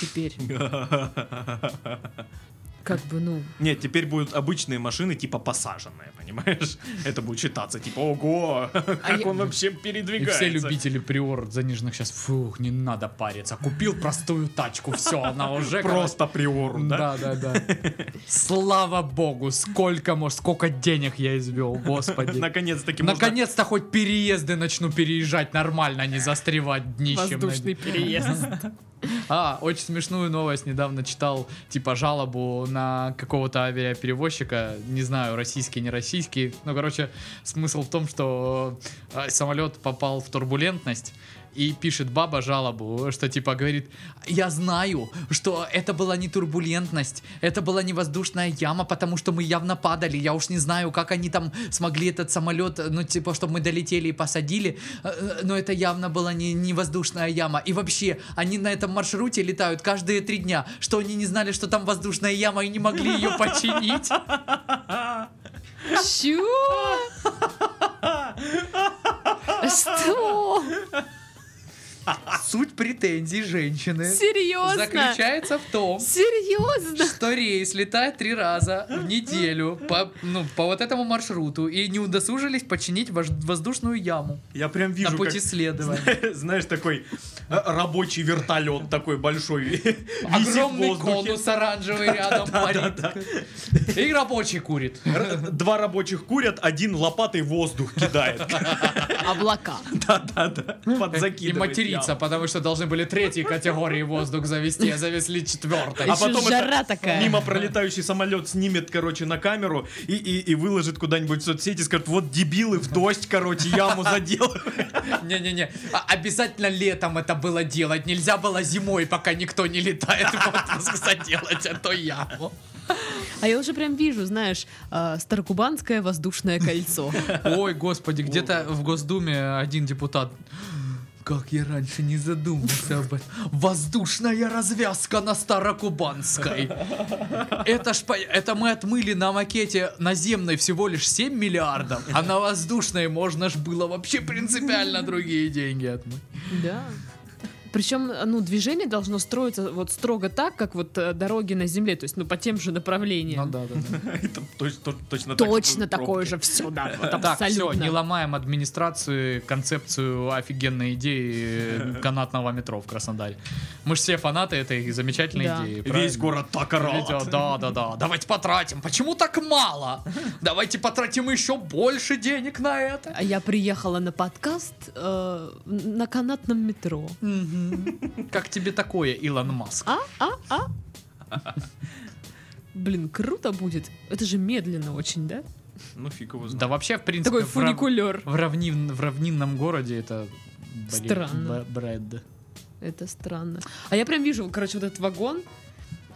[SPEAKER 2] теперь? как бы, ну,
[SPEAKER 3] Нет, теперь будут обычные машины, типа посаженные, понимаешь? Это будет считаться, типа, ого, как
[SPEAKER 2] а я-
[SPEAKER 3] он вообще
[SPEAKER 1] И
[SPEAKER 3] передвигается.
[SPEAKER 1] все любители приор заниженных сейчас, фух, не надо париться. Купил простую тачку, все, она уже...
[SPEAKER 3] Просто приору, да?
[SPEAKER 1] Да, да, да. Слава богу, сколько, может, сколько денег я извел, господи.
[SPEAKER 3] Наконец-таки можно-
[SPEAKER 1] Наконец-то хоть переезды начну переезжать нормально, а не застревать днищем. на-
[SPEAKER 2] воздушный переезд.
[SPEAKER 1] А, очень смешную новость недавно читал, типа жалобу на какого-то авиаперевозчика, не знаю, российский, не российский. Ну, короче, смысл в том, что э, самолет попал в турбулентность. И пишет баба жалобу, что типа говорит, я знаю, что это была не турбулентность, это была не воздушная яма, потому что мы явно падали. Я уж не знаю, как они там смогли этот самолет, ну типа, чтобы мы долетели и посадили, э, э, но это явно была не, не воздушная яма. И вообще, они на этом маршруте летают каждые три дня, что они не знали, что там воздушная яма и не могли ее починить.
[SPEAKER 2] Чего? Что?
[SPEAKER 1] Суть претензий женщины
[SPEAKER 2] Серьезно?
[SPEAKER 1] заключается в том,
[SPEAKER 2] Серьезно?
[SPEAKER 1] что рейс летает три раза в неделю по, ну, по вот этому маршруту и не удосужились починить вож- воздушную яму
[SPEAKER 3] Я прям
[SPEAKER 1] на
[SPEAKER 3] вижу, как-
[SPEAKER 1] пути следования.
[SPEAKER 3] Знаешь, такой э, рабочий вертолет такой большой висит в
[SPEAKER 1] Огромный
[SPEAKER 3] воздухе.
[SPEAKER 1] конус оранжевый рядом парит. И рабочий курит.
[SPEAKER 3] Р- Два рабочих курят, один лопатой воздух кидает.
[SPEAKER 2] Облака.
[SPEAKER 3] Да-да-да.
[SPEAKER 1] И
[SPEAKER 3] Подзакидывает.
[SPEAKER 1] материться,
[SPEAKER 3] яму.
[SPEAKER 1] потому что должны были третьей категории воздух завести, а завезли четвертой.
[SPEAKER 3] А
[SPEAKER 2] Еще
[SPEAKER 3] потом это
[SPEAKER 2] жара такая.
[SPEAKER 3] Мимо пролетающий самолет снимет, короче, на камеру и, и, и выложит куда-нибудь в соцсети, скажет, вот дебилы в дождь, короче, яму заделали.
[SPEAKER 1] Не-не-не, А обязательно летом это было делать, нельзя было зимой, пока никто не летает в отпуск заделать эту яму.
[SPEAKER 2] А я уже прям вижу, знаешь, э, Старокубанское воздушное кольцо.
[SPEAKER 1] Ой, господи, где-то в Госдуме один депутат. Как я раньше не задумался об этом. Воздушная развязка на Старокубанской. Это ж, по- это мы отмыли на макете наземной всего лишь 7 миллиардов, а на воздушной можно ж было вообще принципиально другие деньги отмыть.
[SPEAKER 2] Да. Причем, ну, движение должно строиться вот строго так, как вот э, дороги на земле, то есть, ну, по тем же направлениям.
[SPEAKER 1] Ну да, да,
[SPEAKER 3] И там точ- точ- Точно так
[SPEAKER 2] Точно
[SPEAKER 3] будут пробки.
[SPEAKER 2] такое же все, да, вот
[SPEAKER 1] да. Так, все,
[SPEAKER 2] абсолютно.
[SPEAKER 1] не ломаем администрацию, концепцию офигенной идеи э, канатного метро в Краснодаре. Мы же все фанаты этой замечательной
[SPEAKER 2] Да.
[SPEAKER 1] идеи.
[SPEAKER 3] Весь
[SPEAKER 1] правильно?
[SPEAKER 3] город так орал.
[SPEAKER 1] Ведёт, да, да, да. Давайте потратим. Почему так мало? Давайте потратим еще больше денег на это.
[SPEAKER 2] А Я приехала на подкаст э, на канатном метро.
[SPEAKER 1] Мгм. Как тебе такое, Илон Маск?
[SPEAKER 2] А, а, а. Блин, круто будет. Это же медленно очень, да?
[SPEAKER 3] Ну фиг его знает.
[SPEAKER 1] Да вообще, в принципе,
[SPEAKER 2] Такой
[SPEAKER 1] в, рав-
[SPEAKER 2] фуникулер.
[SPEAKER 1] в равнин- в равнинном городе это... блин,
[SPEAKER 2] Странно.
[SPEAKER 1] б- бред.
[SPEAKER 2] Это странно. А я прям вижу, короче, вот этот вагон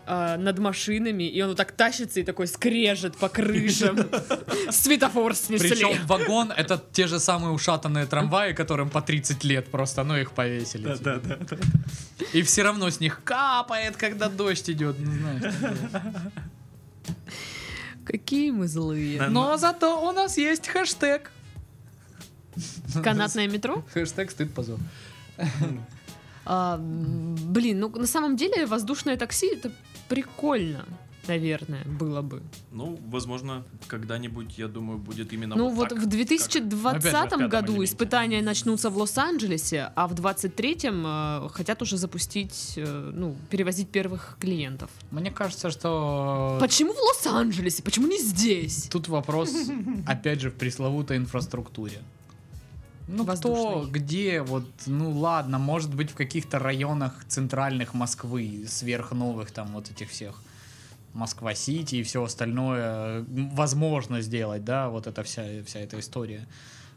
[SPEAKER 2] а, над машинами, и он вот так тащится и такой скрежет по крышам. Светофор снесли.
[SPEAKER 1] Причем вагон это те же самые ушатанные трамваи, которым по 30 лет просто, ну их повесили.
[SPEAKER 3] Да,
[SPEAKER 1] типа.
[SPEAKER 3] да, да. да.
[SPEAKER 1] И все равно с них капает, когда дождь ну, идет, не знаю.
[SPEAKER 2] Какие мы злые.
[SPEAKER 3] Да,
[SPEAKER 1] Но зато у нас есть хэштег.
[SPEAKER 2] Канатное метро?
[SPEAKER 1] Хэштег стыд позор.
[SPEAKER 2] А, м, блин, ну на самом деле воздушное такси это прикольно, наверное, было бы.
[SPEAKER 3] Ну, возможно, когда-нибудь, я думаю, будет именно
[SPEAKER 2] Ну
[SPEAKER 3] вот
[SPEAKER 2] вот
[SPEAKER 3] так.
[SPEAKER 2] в 2020
[SPEAKER 1] Опять же, в пятом
[SPEAKER 2] году
[SPEAKER 1] элементе.
[SPEAKER 2] испытания начнутся в Лос-Анджелесе, а в 2023 хотят уже запустить, э, ну, перевозить первых клиентов.
[SPEAKER 1] Мне кажется, что
[SPEAKER 2] Почему в Лос-Анджелесе? Почему не здесь?
[SPEAKER 1] тут вопрос, опять же, в пресловутой инфраструктуре. Ну кто,
[SPEAKER 2] Воздушной.
[SPEAKER 1] где, вот, ну ладно, может быть в каких-то районах центральных Москвы, сверхновых там вот этих всех, Москва-Сити и все остальное, м, возможно сделать, да, вот эта вся, вся эта история.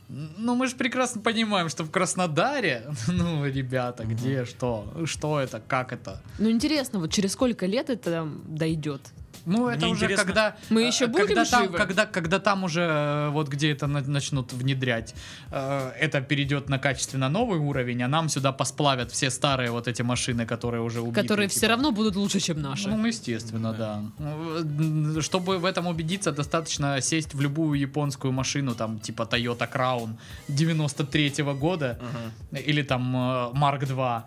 [SPEAKER 1] Ну, мы же прекрасно понимаем, что в Краснодаре, ну, ребята, где, что, что это, как это.
[SPEAKER 2] Ну интересно, вот через сколько лет это там, дойдет?
[SPEAKER 1] Ну,
[SPEAKER 3] Мне
[SPEAKER 1] это уже
[SPEAKER 3] интересно,
[SPEAKER 1] когда...
[SPEAKER 2] Мы
[SPEAKER 1] э,
[SPEAKER 2] еще будем
[SPEAKER 1] когда там,
[SPEAKER 2] живы?
[SPEAKER 1] Когда, когда там уже, э, вот где это на- начнут внедрять, э, это перейдет на качественно новый уровень, а нам сюда посплавят все старые вот эти машины, которые уже убиты.
[SPEAKER 2] Которые
[SPEAKER 1] типа.
[SPEAKER 2] все равно будут лучше, чем наши.
[SPEAKER 1] Ну, естественно, да. Ну, э, Чтобы в этом убедиться, достаточно сесть в любую японскую машину, там, типа Toyota Crown 93 года,
[SPEAKER 3] Ага.
[SPEAKER 1] или там э, Mark 2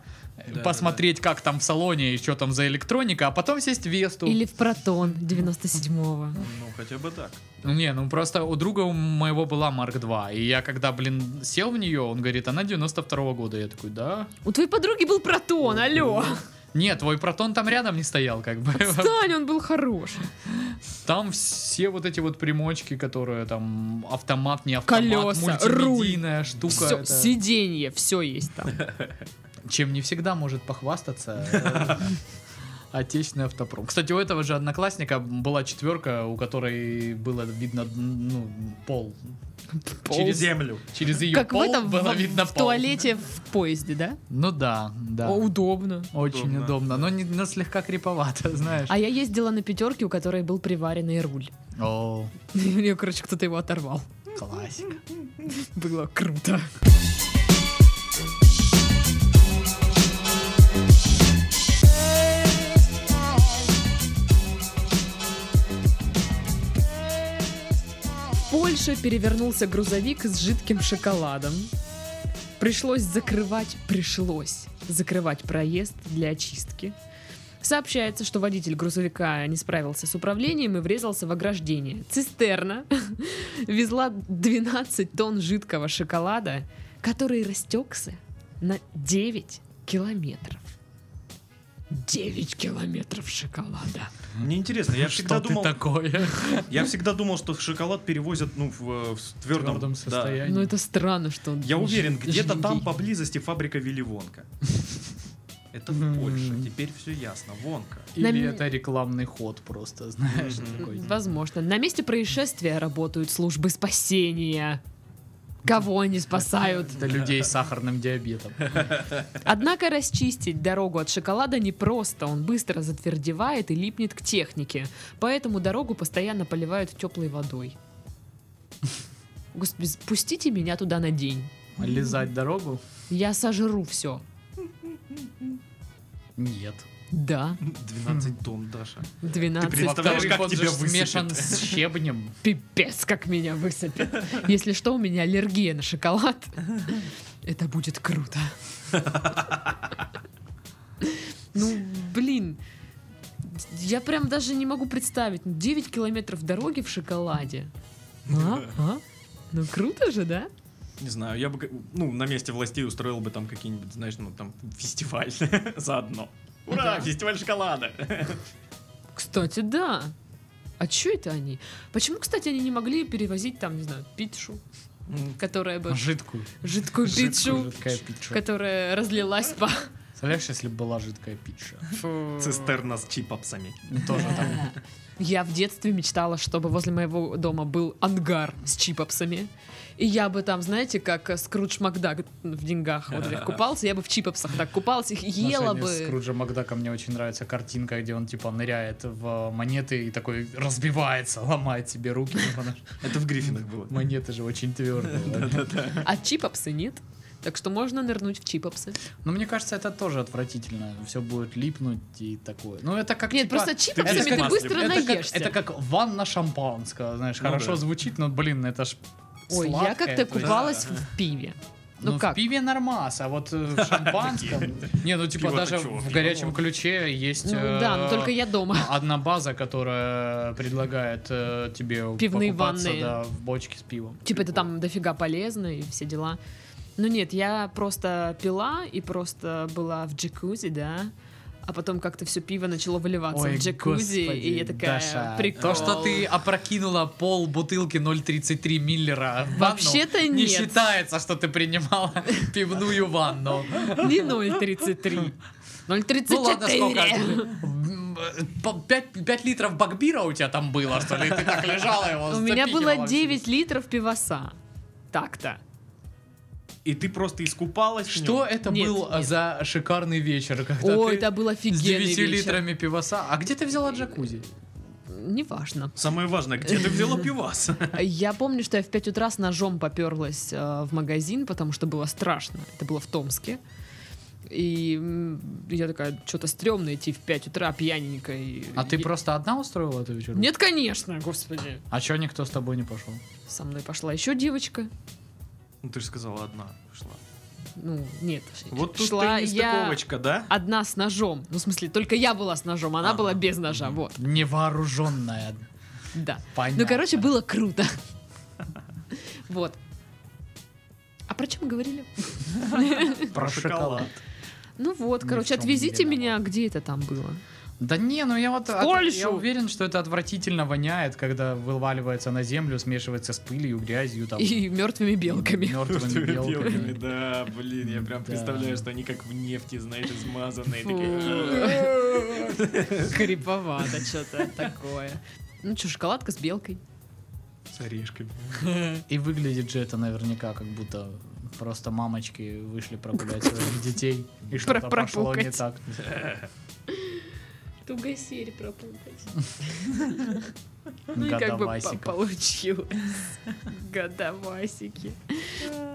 [SPEAKER 3] Да,
[SPEAKER 1] посмотреть, как там в салоне и что там за электроника, а потом сесть в Весту.
[SPEAKER 2] Или в Протон 97-го.
[SPEAKER 3] Ну, хотя бы так.
[SPEAKER 1] Ну, Не, ну просто у друга у моего была Марк 2, и я когда, блин, сел в нее, он говорит, она 92-го года. Я такой, да?
[SPEAKER 2] У твоей подруги был Протон, алло.
[SPEAKER 1] Нет, твой протон там рядом не стоял, как бы.
[SPEAKER 2] Стань, он был хорош.
[SPEAKER 1] Там все вот эти вот примочки, которые там автомат, не автомат,
[SPEAKER 2] Колеса,
[SPEAKER 1] мультимедийная штука.
[SPEAKER 2] Все,
[SPEAKER 1] это-
[SPEAKER 2] сиденье, все есть там.
[SPEAKER 1] чем не всегда может похвастаться э, отечественный автопром. Кстати, у этого же одноклассника была четверка, у которой было видно ну, пол. Через-
[SPEAKER 3] землю.
[SPEAKER 1] Через ее
[SPEAKER 2] Как в
[SPEAKER 1] пол
[SPEAKER 2] этом,
[SPEAKER 1] было
[SPEAKER 2] в,
[SPEAKER 1] видно
[SPEAKER 2] в
[SPEAKER 1] пол.
[SPEAKER 2] туалете в поезде, да?
[SPEAKER 1] Ну да, да.
[SPEAKER 2] О, удобно.
[SPEAKER 1] Очень
[SPEAKER 3] Удобно.
[SPEAKER 1] удобно, но, не, но слегка криповато, знаешь.
[SPEAKER 2] А я ездила на пятерке, у которой был приваренный руль.
[SPEAKER 1] О,
[SPEAKER 2] Мне, короче, кто-то его оторвал.
[SPEAKER 1] классика.
[SPEAKER 2] Было круто. В Польше перевернулся грузовик с жидким шоколадом. Пришлось закрывать, пришлось закрывать проезд для очистки. Сообщается, что водитель грузовика не справился с управлением и врезался в ограждение. Цистерна везла 12 тонн жидкого шоколада, который растекся на 9 километров. 9 километров шоколада.
[SPEAKER 3] Мне интересно, я всегда
[SPEAKER 1] Что ты
[SPEAKER 3] думал,
[SPEAKER 1] такое?
[SPEAKER 3] я всегда думал, что шоколад перевозят ну в, в твердом,
[SPEAKER 1] твердом
[SPEAKER 3] да.
[SPEAKER 1] состоянии.
[SPEAKER 2] Ну это странно, что он...
[SPEAKER 3] Я уверен,
[SPEAKER 2] жид-
[SPEAKER 3] где-то там
[SPEAKER 2] жиденький.
[SPEAKER 3] поблизости фабрика Вилли Вонка. Это в
[SPEAKER 1] М.
[SPEAKER 3] Польше. Теперь все ясно. Вонка.
[SPEAKER 1] Или
[SPEAKER 2] На-
[SPEAKER 1] это рекламный ход просто, знаешь,
[SPEAKER 3] Мгм.
[SPEAKER 1] такой.
[SPEAKER 2] Возможно. На месте происшествия работают службы спасения. Кого они спасают?
[SPEAKER 1] Это людей с сахарным диабетом.
[SPEAKER 2] Однако расчистить дорогу от шоколада непросто. Он быстро затвердевает и липнет к технике. Поэтому дорогу постоянно поливают теплой водой. Господи, спустите меня туда на день.
[SPEAKER 1] Лизать дорогу?
[SPEAKER 2] Я сожру все.
[SPEAKER 1] Нет.
[SPEAKER 2] Да,
[SPEAKER 3] 12 тонн, Даша.
[SPEAKER 2] 12.
[SPEAKER 3] Ты представляешь,
[SPEAKER 1] Во-вторых,
[SPEAKER 3] как
[SPEAKER 1] он
[SPEAKER 3] тебя
[SPEAKER 1] же
[SPEAKER 3] высыпет?
[SPEAKER 1] смешан с щебнем.
[SPEAKER 2] Пипец, как меня высыпет. Если что, у меня аллергия на шоколад. Это будет круто. Ну, блин. Я прям даже не могу представить. Ну, 9 километров дороги в шоколаде. А? А? Ну, круто же, да?
[SPEAKER 3] Не знаю, я бы, к- ну, на месте властей устроил бы там какие-нибудь, знаешь, ну, там, фестиваль заодно. Ура,
[SPEAKER 2] Да.
[SPEAKER 3] фестиваль шоколада!
[SPEAKER 2] Кстати, да. А чё это они? Почему, кстати, они не могли перевозить там, не знаю, питшу, которая бы...
[SPEAKER 1] Жидкую.
[SPEAKER 2] Жидкую
[SPEAKER 1] Жидкую,
[SPEAKER 2] питшу,
[SPEAKER 1] Жидкая питча.
[SPEAKER 2] которая разлилась по...
[SPEAKER 1] Представляешь, если бы была жидкая питча?
[SPEAKER 3] Цистерна с чипапсами.
[SPEAKER 1] Тоже там.
[SPEAKER 2] Я в детстве мечтала, чтобы возле моего дома был ангар с чипопсами. И я бы там, знаете, как э, Скрудж Макдак в деньгах вот этих купался, я бы в чипопсах так купалась, их ела
[SPEAKER 1] Отношения с
[SPEAKER 2] бы.
[SPEAKER 1] Скруджа Макдака мне очень нравится картинка, где он типа ныряет в монеты и такой разбивается, ломает себе руки. потому что
[SPEAKER 3] Это в Гриффинах было.
[SPEAKER 1] Монеты же очень твердые.
[SPEAKER 2] А чипопсы нет. Так что можно нырнуть в чипопсы.
[SPEAKER 1] Но мне кажется, это тоже отвратительно. Все будет липнуть и такое. Ну это как
[SPEAKER 2] Нет,
[SPEAKER 1] типа-
[SPEAKER 2] просто чипопсами
[SPEAKER 1] весь
[SPEAKER 2] ты,
[SPEAKER 1] масло.
[SPEAKER 2] быстро
[SPEAKER 1] это как,
[SPEAKER 2] наешься.
[SPEAKER 1] это как ванна шампанского, знаешь,
[SPEAKER 3] Ну
[SPEAKER 1] хорошо
[SPEAKER 3] да.
[SPEAKER 1] звучит, но, блин, это ж
[SPEAKER 2] Ой, я
[SPEAKER 1] сладкое,
[SPEAKER 2] как-то
[SPEAKER 1] то есть-
[SPEAKER 2] купалась
[SPEAKER 3] Да.
[SPEAKER 2] в пиве.
[SPEAKER 1] Ну,
[SPEAKER 2] Ну,
[SPEAKER 1] в
[SPEAKER 2] как?
[SPEAKER 1] пиве нормас, а вот э, в шампанском... Не, ну типа
[SPEAKER 3] Пиво-то
[SPEAKER 1] даже
[SPEAKER 3] чё,
[SPEAKER 1] в
[SPEAKER 3] пиво?
[SPEAKER 1] горячем ключе есть...
[SPEAKER 2] Ну
[SPEAKER 1] э,
[SPEAKER 2] да, но только я дома.
[SPEAKER 1] Одна база, которая предлагает э, тебе
[SPEAKER 2] Пивные
[SPEAKER 1] покупаться,
[SPEAKER 2] ванны.
[SPEAKER 1] да, в бочке с пивом.
[SPEAKER 2] Типа это там дофига полезно и все дела. Ну нет, я просто пила и просто была в джакузи, да. А потом как-то все пиво начало выливаться
[SPEAKER 1] Ой,
[SPEAKER 2] в джакузи,
[SPEAKER 1] господи,
[SPEAKER 2] и я такая,
[SPEAKER 1] Даша,
[SPEAKER 2] прикол.
[SPEAKER 1] То, что ты опрокинула пол бутылки 0,33 миллера в ванну,
[SPEAKER 2] Вообще-то
[SPEAKER 1] не
[SPEAKER 2] нет.
[SPEAKER 1] считается, что ты принимала пивную ванну.
[SPEAKER 2] Не 0,33. 0,34.
[SPEAKER 1] Ну ладно, сколько? 5, литров бакбира у тебя там было, что ли? Ты так лежала его
[SPEAKER 2] У меня было
[SPEAKER 1] запихивала
[SPEAKER 2] 9 литров пивоса. Так-то.
[SPEAKER 3] И ты просто искупалась в
[SPEAKER 1] Что
[SPEAKER 3] нём?
[SPEAKER 1] это
[SPEAKER 2] Нет,
[SPEAKER 1] был
[SPEAKER 2] нет.
[SPEAKER 1] за шикарный вечер? когда
[SPEAKER 2] Ой,
[SPEAKER 1] ты
[SPEAKER 2] это был
[SPEAKER 1] С
[SPEAKER 2] офигенный
[SPEAKER 1] 9
[SPEAKER 2] вечер.
[SPEAKER 1] литрами пивоса. А где ты взяла джакузи?
[SPEAKER 2] Неважно.
[SPEAKER 3] Самое важное, где ты взяла пивас?
[SPEAKER 2] Я помню, что я в 5 утра с ножом поперлась э, в магазин, потому что было страшно. Это было в Томске. И м, я такая, что-то стрёмно идти в 5 утра пьяненькой.
[SPEAKER 1] А ты
[SPEAKER 2] И-
[SPEAKER 1] просто одна устроила эту вечеринку?
[SPEAKER 2] Нет, конечно, господи.
[SPEAKER 1] А чё никто с тобой не пошел?
[SPEAKER 2] Со мной пошла еще девочка.
[SPEAKER 3] Ну, ты же сказала одна. Шла.
[SPEAKER 2] ну, нет.
[SPEAKER 3] Вот тут
[SPEAKER 2] шла
[SPEAKER 3] ты
[SPEAKER 2] я
[SPEAKER 3] нестыковочка, да?
[SPEAKER 2] одна с ножом. Ну, в смысле, только я была с ножом, она
[SPEAKER 3] Ага.
[SPEAKER 2] была без ножа, вот,
[SPEAKER 1] Невооруженная.
[SPEAKER 2] да.
[SPEAKER 1] Понятно.
[SPEAKER 2] Ну, короче, было круто. Вот. А про чем мы говорили?
[SPEAKER 1] про шоколад.
[SPEAKER 2] Ну вот,
[SPEAKER 1] Ни в
[SPEAKER 2] короче,
[SPEAKER 1] чем не
[SPEAKER 2] отвезите
[SPEAKER 1] виноват.
[SPEAKER 2] меня, где это там было?
[SPEAKER 1] Да не, ну я вот от- я
[SPEAKER 2] Польшу!
[SPEAKER 1] уверен, что это отвратительно воняет, когда вываливается на землю, смешивается с пылью, грязью, там,
[SPEAKER 2] И мертвыми белками.
[SPEAKER 1] мертвыми
[SPEAKER 3] Белками,
[SPEAKER 1] белками.
[SPEAKER 3] Да, блин, я прям
[SPEAKER 1] Да.
[SPEAKER 3] представляю, что они как в нефти, знаешь, измазанные.
[SPEAKER 2] Фу.
[SPEAKER 3] такие.
[SPEAKER 2] Криповато что-то такое. Ну что, шоколадка с белкой.
[SPEAKER 3] С орешками.
[SPEAKER 1] И выглядит же это наверняка, как будто просто мамочки вышли прогулять своих детей, и что-то пошло не
[SPEAKER 2] пропукать.
[SPEAKER 1] так.
[SPEAKER 2] Тугосерь пропукать. Ну и как бы по-
[SPEAKER 1] Годовасиков.
[SPEAKER 2] получилось. Годовасики.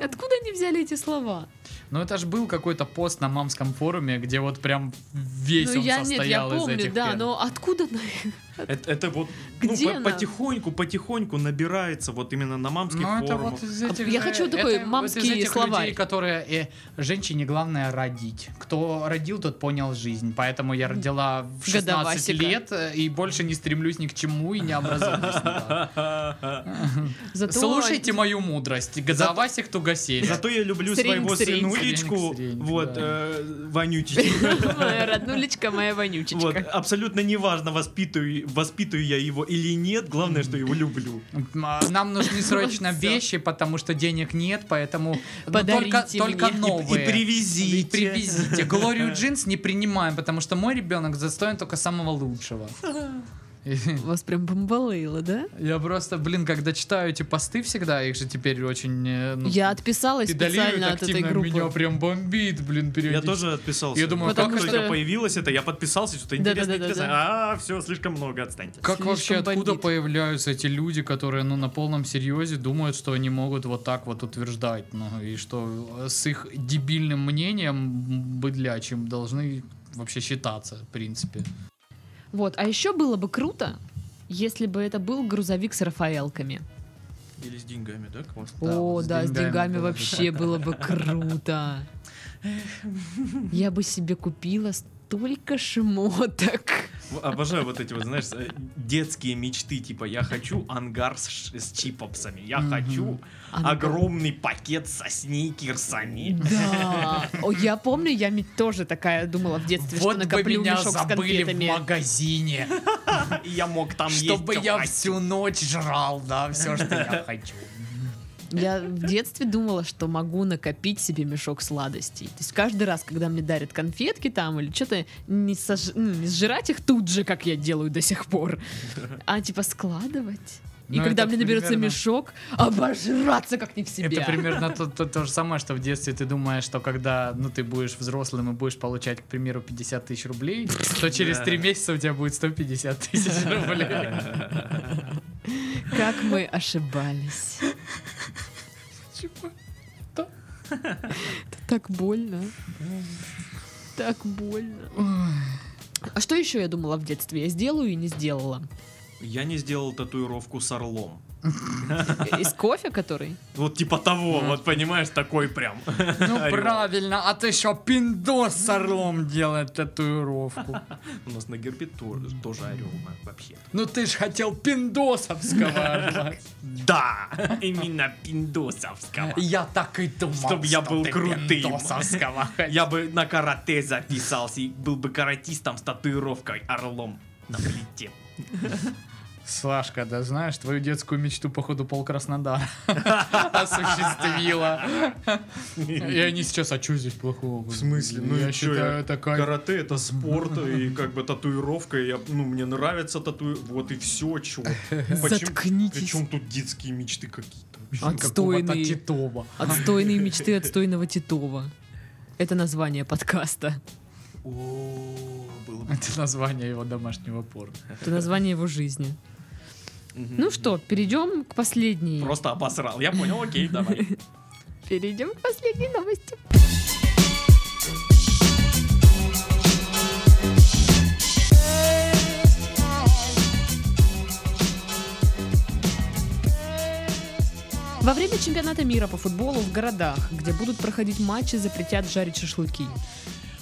[SPEAKER 2] Откуда они взяли эти слова?
[SPEAKER 1] Ну это ж был какой-то пост на мамском форуме, где вот прям весь
[SPEAKER 2] ну
[SPEAKER 1] он
[SPEAKER 2] я нет, я
[SPEAKER 1] состоял из
[SPEAKER 2] помню,
[SPEAKER 1] этих
[SPEAKER 2] да,
[SPEAKER 1] пер.
[SPEAKER 2] но откуда на-
[SPEAKER 3] Это, это вот ну,
[SPEAKER 2] Где
[SPEAKER 3] по-
[SPEAKER 2] она?
[SPEAKER 3] потихоньку, потихоньку набирается вот именно на мамских
[SPEAKER 1] Ну, это
[SPEAKER 3] форумах.
[SPEAKER 1] вот из этих
[SPEAKER 2] я
[SPEAKER 1] же-
[SPEAKER 2] хочу такой
[SPEAKER 1] это вот
[SPEAKER 2] мамский
[SPEAKER 1] из этих
[SPEAKER 2] словарь.
[SPEAKER 1] людей, которые э, женщине главное родить. Кто родил, тот понял жизнь. Поэтому я родила в 16
[SPEAKER 2] Годовасика.
[SPEAKER 1] лет э, и больше не стремлюсь ни к чему и не образовываюсь. никак.
[SPEAKER 2] Зато
[SPEAKER 1] Слушайте мою мудрость. Годовасик тугосей.
[SPEAKER 3] Зато я люблю
[SPEAKER 2] Среньк,
[SPEAKER 3] своего
[SPEAKER 2] среньк.
[SPEAKER 3] сынулечку,
[SPEAKER 1] Среньк, среньк,
[SPEAKER 3] вот,
[SPEAKER 1] да.
[SPEAKER 3] э, Ванютичку.
[SPEAKER 2] Моя роднулечка, моя
[SPEAKER 3] Вот,
[SPEAKER 2] вонючечка.
[SPEAKER 3] абсолютно неважно, воспитываю, воспитываю я его или нет, главное, что его люблю.
[SPEAKER 1] Нам нужны срочно
[SPEAKER 2] Всё.
[SPEAKER 1] вещи, потому что денег нет, поэтому ну,
[SPEAKER 2] Подарите
[SPEAKER 1] только, только
[SPEAKER 2] мне. И- и
[SPEAKER 1] новые.
[SPEAKER 3] И привези.
[SPEAKER 1] И привезите. Глорию джинс не принимаем, потому что мой ребенок застоин только самого лучшего.
[SPEAKER 2] Вас прям бомбалейло, да?
[SPEAKER 1] Я просто, блин, когда читаю эти посты всегда, их же теперь очень... э, ну,
[SPEAKER 2] Я отписалась
[SPEAKER 1] педалируют
[SPEAKER 2] специально от этой
[SPEAKER 1] активно, Меня
[SPEAKER 2] группы.
[SPEAKER 1] прям бомбит, блин,
[SPEAKER 3] Я
[SPEAKER 1] периодически.
[SPEAKER 3] тоже отписался.
[SPEAKER 1] Я думаю,
[SPEAKER 2] Ну, Потому
[SPEAKER 3] как
[SPEAKER 2] что-
[SPEAKER 3] только появилось это, я подписался, что-то интересно,
[SPEAKER 2] Да-да-да-да-да.
[SPEAKER 3] интересно. А, все, слишком много, отстаньте.
[SPEAKER 1] Как
[SPEAKER 2] слишком
[SPEAKER 1] вообще, откуда
[SPEAKER 2] бомбит.
[SPEAKER 1] появляются эти люди, которые, ну, на полном серьезе думают, что они могут вот так вот утверждать, ну, и что э, с их дебильным мнением, быдлячим, должны вообще считаться, в принципе.
[SPEAKER 2] Вот, а еще было бы круто, если бы это был грузовик с рафаэлками.
[SPEAKER 3] Или с деньгами, да? к вам?
[SPEAKER 1] Да,
[SPEAKER 2] О,
[SPEAKER 1] вот с
[SPEAKER 2] да, с
[SPEAKER 1] деньгами
[SPEAKER 2] деньгами
[SPEAKER 1] было бы
[SPEAKER 2] вообще было бы круто. Я бы себе купила столько шмоток.
[SPEAKER 3] В- Обожаю вот эти вот, знаешь, э, детские мечты, типа я хочу ангар с, ш- с чипопсами, я
[SPEAKER 1] Мгм.
[SPEAKER 3] хочу
[SPEAKER 2] Она-
[SPEAKER 3] огромный пакет со сникерсами.
[SPEAKER 2] Да. О, я помню, я ведь тоже такая думала в детстве,
[SPEAKER 1] вот
[SPEAKER 2] что
[SPEAKER 1] бы
[SPEAKER 2] накоплю
[SPEAKER 1] меня
[SPEAKER 2] мешок с
[SPEAKER 1] забыли в
[SPEAKER 2] конфетами.
[SPEAKER 1] магазине,
[SPEAKER 3] И я мог там
[SPEAKER 1] чтобы
[SPEAKER 3] есть
[SPEAKER 1] я
[SPEAKER 3] жвачки.
[SPEAKER 1] всю ночь жрал, да, все, что я хочу.
[SPEAKER 2] Я в детстве думала, что могу накопить себе мешок сладостей. То есть каждый раз, когда мне дарят конфетки там или что-то, не, сож- ну, не сжирать их тут же, как я делаю до сих пор, а типа складывать. И
[SPEAKER 1] Ну,
[SPEAKER 2] когда
[SPEAKER 1] это
[SPEAKER 2] мне наберется
[SPEAKER 1] примерно-
[SPEAKER 2] мешок, обожраться как не в себе.
[SPEAKER 1] Это примерно то, то- то же самое, что в детстве ты думаешь, что когда ну, ты будешь взрослым и будешь получать, к примеру, 50 тысяч рублей, то через
[SPEAKER 3] Да.
[SPEAKER 1] три месяца у тебя будет 150 тысяч рублей.
[SPEAKER 2] Как мы ошибались.
[SPEAKER 1] Типа,
[SPEAKER 2] Это так больно. Так больно. А что еще я думала в детстве? Я сделаю и не сделала.
[SPEAKER 3] Я не сделал татуировку с орлом.
[SPEAKER 2] Из кофе, который?
[SPEAKER 3] Вот типа того, вот понимаешь, такой прям.
[SPEAKER 1] Ну
[SPEAKER 3] Орел.
[SPEAKER 1] правильно, а ты еще пиндос с орлом делает татуировку.
[SPEAKER 3] У нас на гербе тоже, тоже орел на- вообще.
[SPEAKER 1] Ну ты ж хотел пиндосовского орла.
[SPEAKER 3] Да, именно пиндосовского.
[SPEAKER 1] Я так и думал,
[SPEAKER 3] Чтоб я
[SPEAKER 1] что
[SPEAKER 3] был
[SPEAKER 1] Э, ты
[SPEAKER 3] крутым.
[SPEAKER 1] пиндосовского хотел.
[SPEAKER 3] Я бы на карате записался и был бы каратистом с татуировкой орлом на плите.
[SPEAKER 1] Сашка, да знаешь, твою детскую мечту, походу, пол Краснодара осуществила. И они сейчас, а что здесь плохого?
[SPEAKER 3] В смысле? Ну
[SPEAKER 1] я
[SPEAKER 3] и чё,
[SPEAKER 1] считаю,
[SPEAKER 3] я-
[SPEAKER 1] это кайф.
[SPEAKER 3] Карате это спорт, и как бы татуировка, и я, ну, мне нравится тату... вот и все, чё.
[SPEAKER 2] Заткнитесь.
[SPEAKER 3] Причем тут детские мечты какие-то? вообще?
[SPEAKER 1] Какого-то
[SPEAKER 2] Отстойные.
[SPEAKER 1] Титова.
[SPEAKER 2] Отстойные мечты отстойного Титова. Это название подкаста.
[SPEAKER 3] О, было бы.
[SPEAKER 1] Это название его домашнего порно.
[SPEAKER 2] Это название его жизни. Ну что, перейдем к последней.
[SPEAKER 3] Просто обосрал. Я понял, окей, давай.
[SPEAKER 2] Перейдем к последней новости. Во время чемпионата мира по футболу в городах, где будут проходить матчи, запретят жарить шашлыки.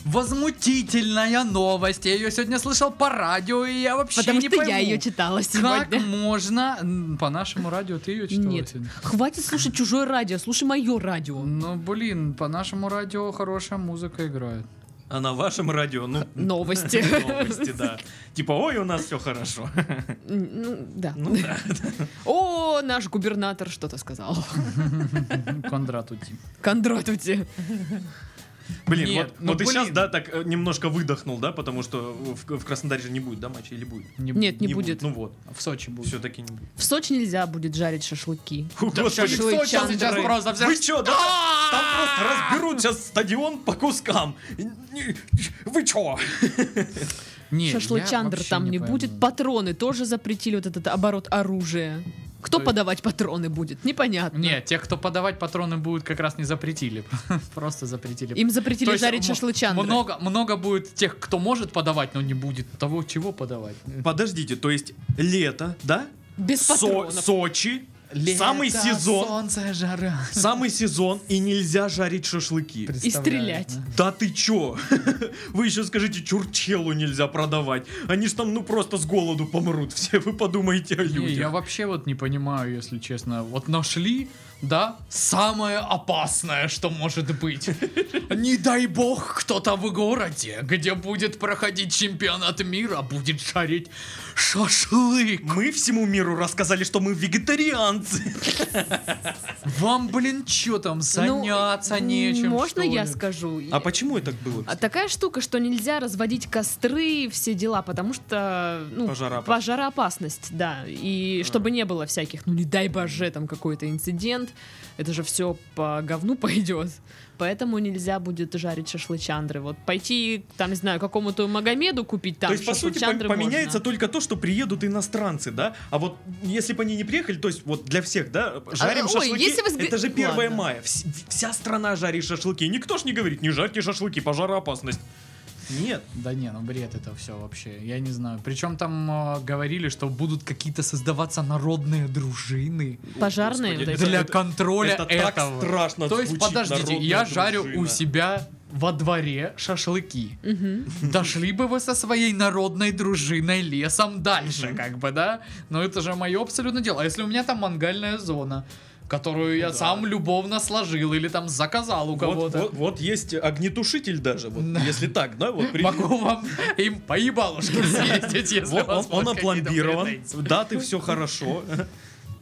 [SPEAKER 1] Возмутительная новость. Я ее сегодня слышал по радио, и я вообще
[SPEAKER 2] Потому
[SPEAKER 1] не
[SPEAKER 2] что я
[SPEAKER 1] пойму,
[SPEAKER 2] ее читала
[SPEAKER 1] Как
[SPEAKER 2] сегодня.
[SPEAKER 1] можно... М, По нашему радио ты ее читала
[SPEAKER 2] Нет.
[SPEAKER 1] сегодня?
[SPEAKER 2] Хватит слушать чужое радио, слушай мое радио.
[SPEAKER 1] Ну, блин, по нашему радио хорошая музыка играет.
[SPEAKER 3] А на вашем радио, ну,
[SPEAKER 2] Новости.
[SPEAKER 3] новости, да. Типа, ой, у нас все хорошо.
[SPEAKER 2] Ну, да.
[SPEAKER 3] Ну да.
[SPEAKER 2] О, наш губернатор что-то сказал.
[SPEAKER 1] Ну, Кондрат уйти.
[SPEAKER 2] Кондратуйте.
[SPEAKER 3] Блин,
[SPEAKER 1] Нет,
[SPEAKER 3] вот,
[SPEAKER 1] ну,
[SPEAKER 3] вот ты сейчас,
[SPEAKER 1] блин.
[SPEAKER 3] да, так э, немножко выдохнул, да, потому что в, в Краснодаре же не будет, да, матча, или будет?
[SPEAKER 2] Нет, не будет.
[SPEAKER 3] Ну вот,
[SPEAKER 1] В Сочи будет.
[SPEAKER 3] все-таки не будет.
[SPEAKER 2] В Сочи нельзя будет жарить шашлыки.
[SPEAKER 3] Фу, господи,
[SPEAKER 2] шашлык.
[SPEAKER 1] Сочи сейчас
[SPEAKER 2] Чандры.
[SPEAKER 1] просто
[SPEAKER 3] Вы
[SPEAKER 1] все...
[SPEAKER 3] чё, да? Там просто разберут сейчас стадион по кускам. Вы чё?
[SPEAKER 1] Нет, я
[SPEAKER 2] Шашлычандр
[SPEAKER 1] вообще
[SPEAKER 2] там не,
[SPEAKER 1] пойму.
[SPEAKER 2] будет. Патроны тоже запретили, вот этот оборот оружия. Кто
[SPEAKER 1] То есть-
[SPEAKER 2] подавать патроны будет? Непонятно.
[SPEAKER 1] Нет, тех, кто подавать патроны будут, как раз не запретили. Просто запретили.
[SPEAKER 2] Им
[SPEAKER 1] То
[SPEAKER 2] запретили
[SPEAKER 1] есть
[SPEAKER 2] жарить
[SPEAKER 1] м-
[SPEAKER 2] шашлычандры.
[SPEAKER 1] Много, много будет тех, кто может подавать, но не будет того, чего подавать.
[SPEAKER 3] Подождите, то есть лето, да?
[SPEAKER 2] Без
[SPEAKER 3] Со-
[SPEAKER 2] патронов.
[SPEAKER 3] Сочи. самый
[SPEAKER 1] Лето,
[SPEAKER 3] сезон.
[SPEAKER 1] солнце, жара.
[SPEAKER 3] Самый сезон, и нельзя жарить шашлыки.
[SPEAKER 1] Представляю,
[SPEAKER 2] стрелять.
[SPEAKER 1] да.
[SPEAKER 3] Да ты чё? Вы еще скажите, чурчелу нельзя продавать. Они ж там ну просто с голоду помрут все. Вы подумайте о
[SPEAKER 1] Не, я
[SPEAKER 3] людях.
[SPEAKER 1] вообще вот не понимаю, если честно. Вот нашли, да, самое опасное, что может быть. Не дай бог, кто-то в городе, где будет проходить чемпионат мира, будет жарить шашлык.
[SPEAKER 3] Мы всему миру рассказали, что мы вегетарианцы.
[SPEAKER 1] Вам, блин, что там,
[SPEAKER 2] Ну,
[SPEAKER 1] заняться нечем? что
[SPEAKER 2] Можно я
[SPEAKER 1] ли?
[SPEAKER 2] скажу?
[SPEAKER 3] А почему это так было?
[SPEAKER 2] А Такая штука, что нельзя разводить костры, все дела, потому что ну,
[SPEAKER 3] Пожароопасность.
[SPEAKER 2] пожароопасность, да. И чтобы не было всяких, ну не дай боже, там какой-то инцидент, это же все по говну пойдет. Поэтому нельзя будет жарить шашлычандры. Вот пойти, там, не знаю, какому-то Магомеду купить там
[SPEAKER 3] то есть, по сути, пом-
[SPEAKER 2] шашлычандры
[SPEAKER 3] поменяется
[SPEAKER 2] можно.
[SPEAKER 3] только то, что приедут иностранцы, да? А вот если бы они не приехали, то есть вот для всех, да,
[SPEAKER 2] А,
[SPEAKER 3] жарим
[SPEAKER 2] ой,
[SPEAKER 3] шашлыки,
[SPEAKER 2] если вы сг-
[SPEAKER 3] это же 1
[SPEAKER 2] Ладно.
[SPEAKER 3] мая. Вс- вся страна жарит шашлыки. Никто ж не говорит, не жарьте шашлыки, пожароопасность. Нет.
[SPEAKER 1] Да не, ну бред это все вообще, я не знаю. Причем там э, говорили, что будут какие-то создаваться народные дружины
[SPEAKER 2] Пожарные.
[SPEAKER 3] Господи,
[SPEAKER 2] вот эти.
[SPEAKER 1] для
[SPEAKER 3] это-
[SPEAKER 1] контроля
[SPEAKER 3] это так
[SPEAKER 1] этого.
[SPEAKER 3] страшно
[SPEAKER 1] То есть,
[SPEAKER 3] звучит,
[SPEAKER 1] подождите,
[SPEAKER 3] народная
[SPEAKER 1] я жарю у
[SPEAKER 3] дружина.
[SPEAKER 1] себя во дворе шашлыки.
[SPEAKER 2] Мгм.
[SPEAKER 1] Дошли бы вы со своей народной дружиной лесом дальше, как бы, да? Но это же мое абсолютно дело. А если у меня там мангальная зона, которую я
[SPEAKER 3] Да.
[SPEAKER 1] сам любовно сложил или там заказал у
[SPEAKER 3] Вот,
[SPEAKER 1] кого-то.
[SPEAKER 3] вот- вот есть огнетушитель даже, вот,
[SPEAKER 1] Да.
[SPEAKER 3] если так, да, вот при-
[SPEAKER 1] Могу вам им по ебалушке съездить, если
[SPEAKER 3] Вот
[SPEAKER 1] у вас
[SPEAKER 3] он, он
[SPEAKER 1] будут какие-то
[SPEAKER 3] опломбирован,
[SPEAKER 1] претензии.
[SPEAKER 3] да, ты все хорошо.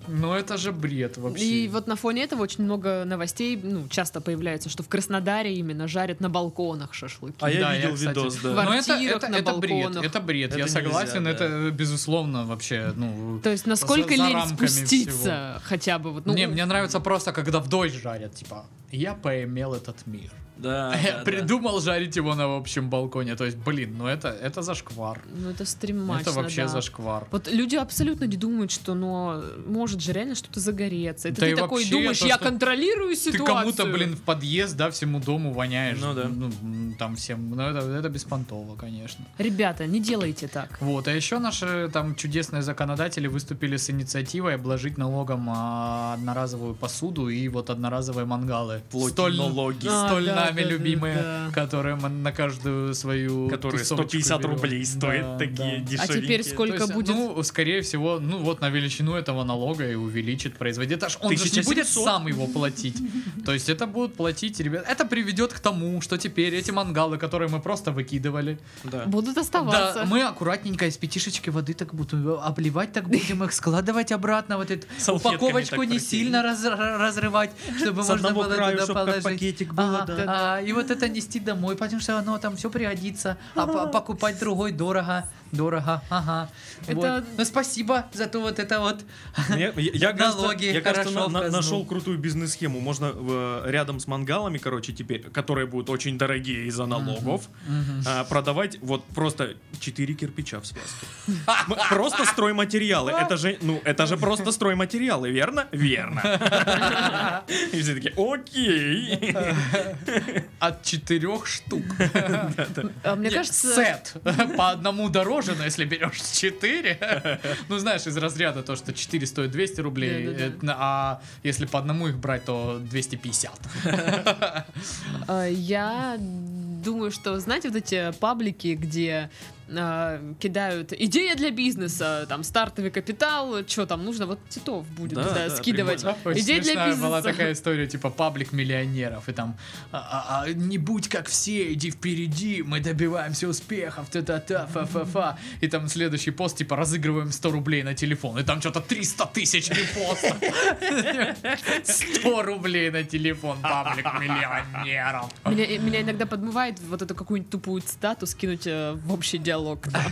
[SPEAKER 1] Ну это же бред вообще.
[SPEAKER 2] И вот на фоне этого очень много новостей, ну, часто появляется, что в Краснодаре именно жарят на балконах шашлыки.
[SPEAKER 3] А я
[SPEAKER 1] Да,
[SPEAKER 3] видел
[SPEAKER 1] кстати,
[SPEAKER 3] видос, да.
[SPEAKER 1] Но это-
[SPEAKER 2] квартирах,
[SPEAKER 1] это,
[SPEAKER 2] на
[SPEAKER 1] это бред,
[SPEAKER 2] балконах.
[SPEAKER 1] это бред,
[SPEAKER 3] Это
[SPEAKER 1] я
[SPEAKER 3] нельзя,
[SPEAKER 1] согласен,
[SPEAKER 3] да.
[SPEAKER 1] это безусловно вообще, ну...
[SPEAKER 2] То есть насколько
[SPEAKER 1] за
[SPEAKER 2] лень
[SPEAKER 1] рамками
[SPEAKER 2] спуститься хотя бы вот. Ну,
[SPEAKER 1] не, мне нравится просто, когда в дождь жарят, типа, я поимел этот мир.
[SPEAKER 3] А, Да, да, да.
[SPEAKER 1] Придумал жарить его на общем балконе, то есть, блин, ну это, это зашквар.
[SPEAKER 2] ну это стримач.
[SPEAKER 1] это вообще зашквар.
[SPEAKER 2] Вот люди абсолютно не думают, что, ну, может же реально что-то загореться. Это
[SPEAKER 1] Да
[SPEAKER 2] ты
[SPEAKER 1] и
[SPEAKER 2] такой
[SPEAKER 1] вообще
[SPEAKER 2] думаешь,
[SPEAKER 1] то,
[SPEAKER 2] я
[SPEAKER 1] что
[SPEAKER 2] контролирую
[SPEAKER 1] Ты
[SPEAKER 2] ситуацию.
[SPEAKER 1] кому-то, блин, в подъезд, да, всему дому воняешь.
[SPEAKER 3] Ну да.
[SPEAKER 1] м, там всем. Ну, это, это беспонтово, конечно.
[SPEAKER 2] Ребята, не делайте так.
[SPEAKER 1] Вот, а еще наши там чудесные законодатели выступили с инициативой обложить налогом а, одноразовую посуду и вот одноразовые мангалы.
[SPEAKER 3] Плоть
[SPEAKER 1] Столь-
[SPEAKER 3] налоги.
[SPEAKER 2] А,
[SPEAKER 1] столь
[SPEAKER 2] да,
[SPEAKER 1] нами
[SPEAKER 2] да, да,
[SPEAKER 1] любимые,
[SPEAKER 2] да.
[SPEAKER 1] которые мы на каждую свою
[SPEAKER 3] Которые
[SPEAKER 1] тусовочку
[SPEAKER 3] 150
[SPEAKER 1] берем.
[SPEAKER 3] рублей
[SPEAKER 1] Да,
[SPEAKER 3] стоят, такие
[SPEAKER 1] да. А
[SPEAKER 3] дешевенькие.
[SPEAKER 2] теперь сколько-
[SPEAKER 1] То есть,
[SPEAKER 2] будет?
[SPEAKER 1] Ну, скорее всего, ну вот на величину этого налога и увеличит производитель. Аж он же ж не
[SPEAKER 3] 1700.
[SPEAKER 1] будет сам его платить. То есть это будут платить, ребят. Это приведет к тому, что теперь эти мангалы, которые мы просто выкидывали,
[SPEAKER 3] Да.
[SPEAKER 2] Будут оставаться.
[SPEAKER 1] да, мы аккуратненько из пятишечки воды так будем обливать, так будем их складывать обратно, вот эту
[SPEAKER 3] Салфетками
[SPEAKER 1] упаковочку
[SPEAKER 3] так
[SPEAKER 1] не
[SPEAKER 3] красиво.
[SPEAKER 1] сильно раз- разрывать, чтобы
[SPEAKER 3] С
[SPEAKER 1] можно
[SPEAKER 3] одного
[SPEAKER 1] было
[SPEAKER 3] краю,
[SPEAKER 1] туда
[SPEAKER 3] чтоб как
[SPEAKER 1] положить.
[SPEAKER 3] пакетик было,
[SPEAKER 1] Ага,
[SPEAKER 3] да.
[SPEAKER 1] а, и вот это нести домой, потому что оно там все пригодится, а по- покупать другой дорого, дорого, ага.
[SPEAKER 2] Это-
[SPEAKER 1] Вот. Ну спасибо за то вот это вот.
[SPEAKER 3] Я, я- я, кажется,
[SPEAKER 1] Налоги
[SPEAKER 3] я, кажется,
[SPEAKER 1] хорошо
[SPEAKER 3] на- на-
[SPEAKER 1] в казну.
[SPEAKER 3] нашел крутую бизнес-схему. Можно в- рядом с мангалами, короче, теперь, которые будут очень дорогие из-за налогов, а, продавать вот просто 4 кирпича в связке. М- Просто стройматериалы. Это же, ну, это же просто стройматериалы, верно? Верно. И все такие, окей.
[SPEAKER 1] От четырех штук.
[SPEAKER 2] А, Мне кажется,
[SPEAKER 1] Сет по одному дороже, но если берешь 4, ну знаешь, из разряда то, что 4 стоит 200 рублей,
[SPEAKER 2] Да-да-да.
[SPEAKER 1] э, а если по одному их брать, то 250.
[SPEAKER 2] Э, Я думаю, что, знаете, вот эти паблики, где э, кидают идея для бизнеса, там стартовый капитал, что там нужно, вот Титов будет
[SPEAKER 3] Да,
[SPEAKER 2] да,
[SPEAKER 3] да,
[SPEAKER 2] скидывать.
[SPEAKER 3] прикольно.
[SPEAKER 1] Очень
[SPEAKER 2] Идея для
[SPEAKER 1] смешная была
[SPEAKER 2] бизнеса.
[SPEAKER 1] такая история, типа паблик миллионеров, и там а, а, а, не будь как все, иди впереди, мы добиваемся успехов, та-та-та, фа-фа-фа. И там следующий пост, типа, разыгрываем 100 рублей на телефон, и там что-то 300 тысяч репостов. 100 рублей на телефон, паблик миллионеров.
[SPEAKER 2] Меня, э, меня иногда подмывает вот эту какую-нибудь тупую цитату скинуть э, в общий диалог. да.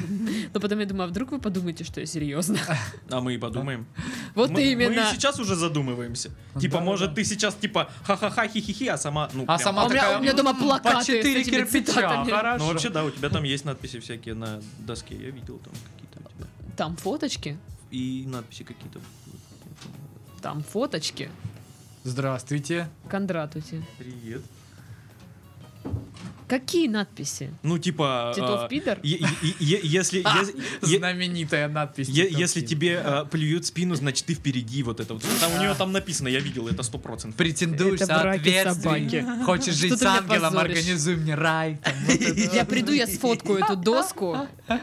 [SPEAKER 2] Но потом я думаю, а вдруг вы подумаете, что я серьезно?
[SPEAKER 3] А мы и подумаем.
[SPEAKER 2] Вот
[SPEAKER 3] мы,
[SPEAKER 2] именно.
[SPEAKER 3] Мы и сейчас уже задумываемся.
[SPEAKER 1] Да,
[SPEAKER 3] Типа,
[SPEAKER 1] да,
[SPEAKER 3] может,
[SPEAKER 1] да.
[SPEAKER 3] ты сейчас типа ха-ха-ха, хи-хи-хи, а сама, ну,
[SPEAKER 1] А
[SPEAKER 3] прям-
[SPEAKER 1] сама
[SPEAKER 2] А у меня-
[SPEAKER 1] такая,
[SPEAKER 2] у меня дома
[SPEAKER 1] «М,
[SPEAKER 2] плакаты
[SPEAKER 1] По
[SPEAKER 2] с
[SPEAKER 1] 4
[SPEAKER 2] этими
[SPEAKER 1] кирпича,
[SPEAKER 2] цитатами».
[SPEAKER 1] хорошо.
[SPEAKER 3] Ну, вообще, да, у тебя там есть надписи всякие на доске, я видел там какие-то у тебя.
[SPEAKER 2] Там фоточки,
[SPEAKER 3] И надписи какие-то.
[SPEAKER 2] там фоточки.
[SPEAKER 1] Здравствуйте.
[SPEAKER 2] Кондратути.
[SPEAKER 3] Привет.
[SPEAKER 2] Какие надписи?
[SPEAKER 3] Ну, типа...
[SPEAKER 2] Титов
[SPEAKER 3] а,
[SPEAKER 2] пидор?
[SPEAKER 3] е- е- е- Если...
[SPEAKER 1] А,
[SPEAKER 3] е- е-
[SPEAKER 1] Знаменитая надпись.
[SPEAKER 3] Е-
[SPEAKER 1] Титов
[SPEAKER 3] Если
[SPEAKER 1] Ким.
[SPEAKER 3] тебе э, плюют спину, значит ты впереди вот это вот. Там у нее там написано, я видел это сто процентов.
[SPEAKER 1] Претендуешь
[SPEAKER 2] Это враги
[SPEAKER 1] соответственно. Хочешь жить с
[SPEAKER 2] ты меня
[SPEAKER 1] ангелом,
[SPEAKER 2] позоришь.
[SPEAKER 1] организуй мне рай. там, вот это вот.
[SPEAKER 2] Я приду, я сфоткаю эту доску,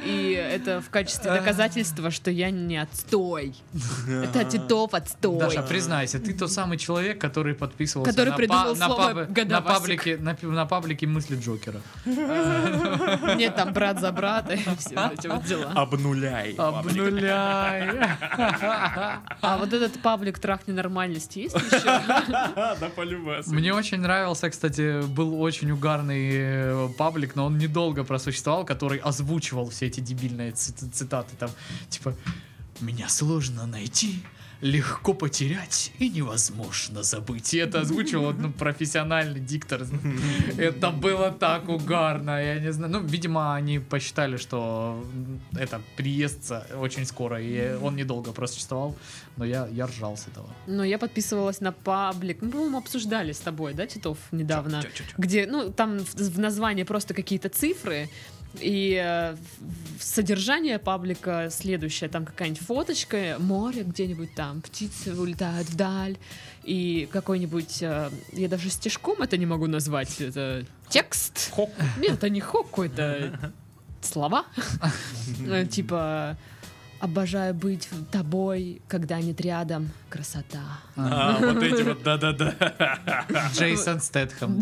[SPEAKER 2] и это в качестве
[SPEAKER 3] А.
[SPEAKER 2] доказательства, что я не отстой. Это Титов
[SPEAKER 1] Даша,
[SPEAKER 2] отстой.
[SPEAKER 1] признайся, ты тот самый человек, который подписывался
[SPEAKER 2] Который
[SPEAKER 1] на,
[SPEAKER 2] придумал
[SPEAKER 1] на,
[SPEAKER 2] слово
[SPEAKER 1] на,
[SPEAKER 2] «годовасик».
[SPEAKER 1] паблике, на, пи- на паблике мысли Джокера.
[SPEAKER 2] Нет, там брат за брата и все вот эти вот дела.
[SPEAKER 3] Обнуляй. паблик.
[SPEAKER 1] Обнуляй.
[SPEAKER 2] А вот этот паблик трах ненормальности есть еще?
[SPEAKER 3] Да полюбас.
[SPEAKER 1] Мне очень нравился, кстати, был очень угарный э, паблик, но он недолго просуществовал, который озвучивал все эти дебильные ци- цитаты там, типа «Меня сложно найти». Легко потерять и невозможно забыть. И это озвучивал ну, профессиональный диктор. Это было так угарно, я не знаю. Ну, видимо, они посчитали, что м, это приестся очень скоро, и он недолго просуществовал. Но я, я ржал с этого.
[SPEAKER 2] Но я подписывалась на паблик. Мы, по-моему, обсуждали с тобой, да, Титов, недавно?
[SPEAKER 1] Чё- чё- чё- чё.
[SPEAKER 2] где, ну, там в, в названии просто какие-то цифры, и э, в- в содержание паблика следующее, там какая-нибудь фоточка, море где-нибудь там, птицы улетают вдаль, и какой-нибудь, э, я даже стишком это не могу назвать, это текст.
[SPEAKER 3] Хок.
[SPEAKER 2] Нет, это не хокку, это слова. Э, Типа, обожаю быть тобой, когда нет рядом, красота.
[SPEAKER 3] А, вот эти вот, да-да-да.
[SPEAKER 1] Джейсон Стэтхэм.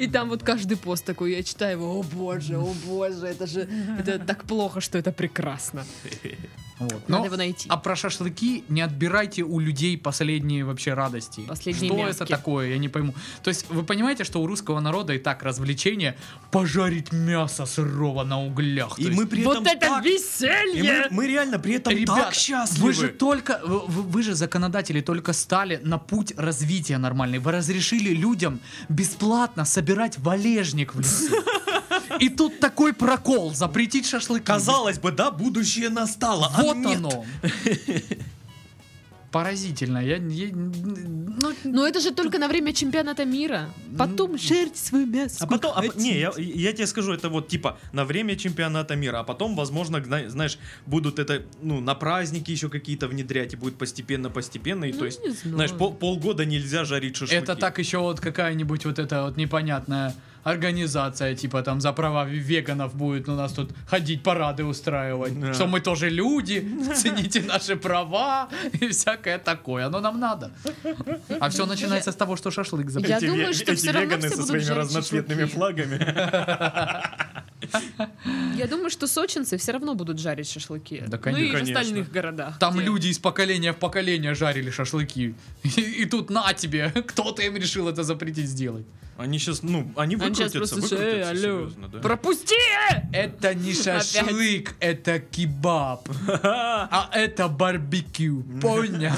[SPEAKER 2] И там вот каждый пост такой, я читаю его, о боже, о боже, это же это так плохо, что это прекрасно.
[SPEAKER 1] Вот.
[SPEAKER 2] Надо
[SPEAKER 1] Но-
[SPEAKER 2] его найти.
[SPEAKER 1] А про шашлыки не отбирайте у людей последние вообще радости.
[SPEAKER 2] Последние
[SPEAKER 1] что
[SPEAKER 2] мяски.
[SPEAKER 1] это такое, я не пойму. То есть вы понимаете, что у русского народа и так развлечение пожарить мясо сырого на углях. То
[SPEAKER 3] И
[SPEAKER 1] есть,
[SPEAKER 3] мы при этом
[SPEAKER 2] вот это
[SPEAKER 3] так- и мы-
[SPEAKER 2] веселье!
[SPEAKER 3] мы реально при этом
[SPEAKER 1] Ребят,
[SPEAKER 3] так счастливы.
[SPEAKER 1] вы же только, вы, вы- вы же законодатели только стали на путь развития нормальный. Вы разрешили людям бесплатно собирать валежник в лесу. И тут такой прокол, запретить шашлыки.
[SPEAKER 3] Казалось бы, да, будущее настало. а
[SPEAKER 1] Вот
[SPEAKER 3] нет.
[SPEAKER 1] оно. Поразительно. Я, я- ну,
[SPEAKER 2] Но это же только на время чемпионата мира.
[SPEAKER 3] Ну,
[SPEAKER 2] Потом жарьте свое мясо.
[SPEAKER 3] А потом, а по- не, я, я тебе скажу, это вот типа на время чемпионата мира, а потом, возможно, гна- знаешь, будут это, ну, на праздники еще какие-то внедрять, и будет постепенно-постепенно, и
[SPEAKER 2] Ну,
[SPEAKER 3] то есть,
[SPEAKER 2] не знаю.
[SPEAKER 3] знаешь, пол- полгода нельзя жарить шашлыки.
[SPEAKER 1] это так еще вот какая-нибудь вот эта вот непонятная организация, типа там за права ве- веганов будет у нас тут ходить парады устраивать,
[SPEAKER 3] Да.
[SPEAKER 1] что мы тоже люди, цените наши права и всякое такое. Оно нам надо. А все начинается с того, что шашлык
[SPEAKER 2] Я
[SPEAKER 1] запретили.
[SPEAKER 3] Эти
[SPEAKER 2] думаю,
[SPEAKER 3] ве-
[SPEAKER 2] что
[SPEAKER 3] эти
[SPEAKER 2] всё равно
[SPEAKER 3] веганы
[SPEAKER 2] все
[SPEAKER 3] со
[SPEAKER 2] будут
[SPEAKER 3] своими
[SPEAKER 2] жарить
[SPEAKER 3] разноцветными
[SPEAKER 2] шашлыки.
[SPEAKER 3] флагами.
[SPEAKER 2] Я думаю, что сочинцы все равно будут жарить шашлыки.
[SPEAKER 1] Да, конечно.
[SPEAKER 2] Ну и в
[SPEAKER 3] Конечно.
[SPEAKER 2] остальных городах.
[SPEAKER 1] Там
[SPEAKER 2] где-
[SPEAKER 1] люди из поколения в поколение жарили шашлыки. И, и тут на тебе, кто-то им решил это запретить сделать.
[SPEAKER 3] Они сейчас, ну, они
[SPEAKER 2] Они щас
[SPEAKER 3] выкрутятся,
[SPEAKER 2] просто
[SPEAKER 3] выкрутятся,
[SPEAKER 2] «Эй, алло,
[SPEAKER 3] серьезно, да.
[SPEAKER 2] Пропусти! э!
[SPEAKER 1] Это не
[SPEAKER 2] Опять.
[SPEAKER 1] шашлык, это кебаб. А это барбекю. Понял?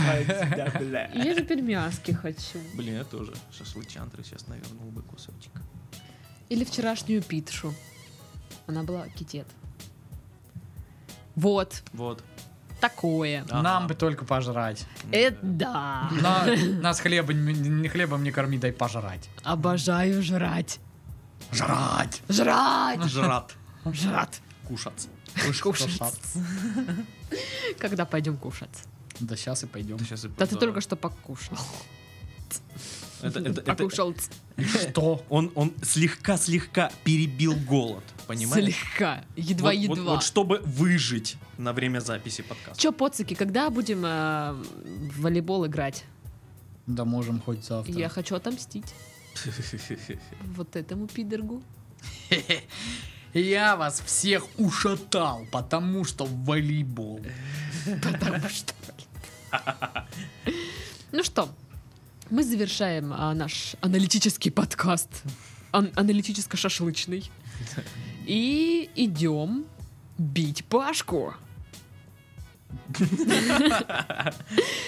[SPEAKER 2] Я теперь мяски хочу.
[SPEAKER 3] Блин, я тоже шашлычантры сейчас навернул бы кусочек.
[SPEAKER 2] Или вчерашнюю питшу. Она была китет. Вот
[SPEAKER 3] Вот.
[SPEAKER 2] такое.
[SPEAKER 3] Ага.
[SPEAKER 1] Нам бы только пожрать.
[SPEAKER 2] Это да.
[SPEAKER 1] На- нас хлебом, не- не- хлебом не корми, дай пожрать.
[SPEAKER 2] Обожаю жрать.
[SPEAKER 1] Жрать!
[SPEAKER 2] Жрать!
[SPEAKER 3] Жрат.
[SPEAKER 2] Жрать!
[SPEAKER 3] Кушаться.
[SPEAKER 2] Кушать. Когда пойдем кушать?
[SPEAKER 1] Да сейчас и пойдем.
[SPEAKER 3] Сейчас
[SPEAKER 2] Да ты только что покушал. Покушал ц-
[SPEAKER 1] Что?
[SPEAKER 3] Он, он слегка-слегка перебил голод, понимаешь?
[SPEAKER 2] слегка.
[SPEAKER 3] Вот-
[SPEAKER 2] Едва-едва.
[SPEAKER 3] Вот, вот чтобы выжить на время записи подкаста.
[SPEAKER 2] Че, поцики, когда будем э, в волейбол играть?
[SPEAKER 1] Да можем хоть завтра.
[SPEAKER 2] Я хочу отомстить вот этому пидоргу.
[SPEAKER 1] Я вас всех ушатал, потому что в волейбол.
[SPEAKER 2] Потому что... Ну что, мы завершаем а, наш аналитический подкаст. Ан- Аналитическо-шашлычный. И идем бить Пашку.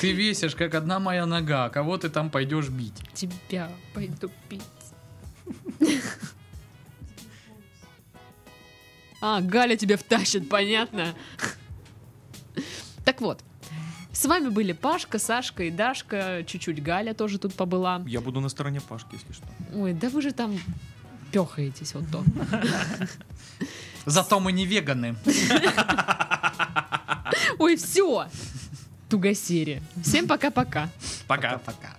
[SPEAKER 1] Ты весишь, как одна моя нога. а Кого ты там пойдешь бить?
[SPEAKER 2] Тебя пойду бить. А, Галя тебя втащит, понятно. Так вот, с вами были Пашка, Сашка и Дашка. Чуть-чуть Галя тоже тут побыла.
[SPEAKER 3] Я буду на стороне Пашки, если что.
[SPEAKER 2] Ой, да вы же там пехаетесь вот то.
[SPEAKER 1] Зато мы не веганы.
[SPEAKER 2] Ой, все! Тугосерия. Всем пока-пока.
[SPEAKER 3] Пока.
[SPEAKER 1] Пока.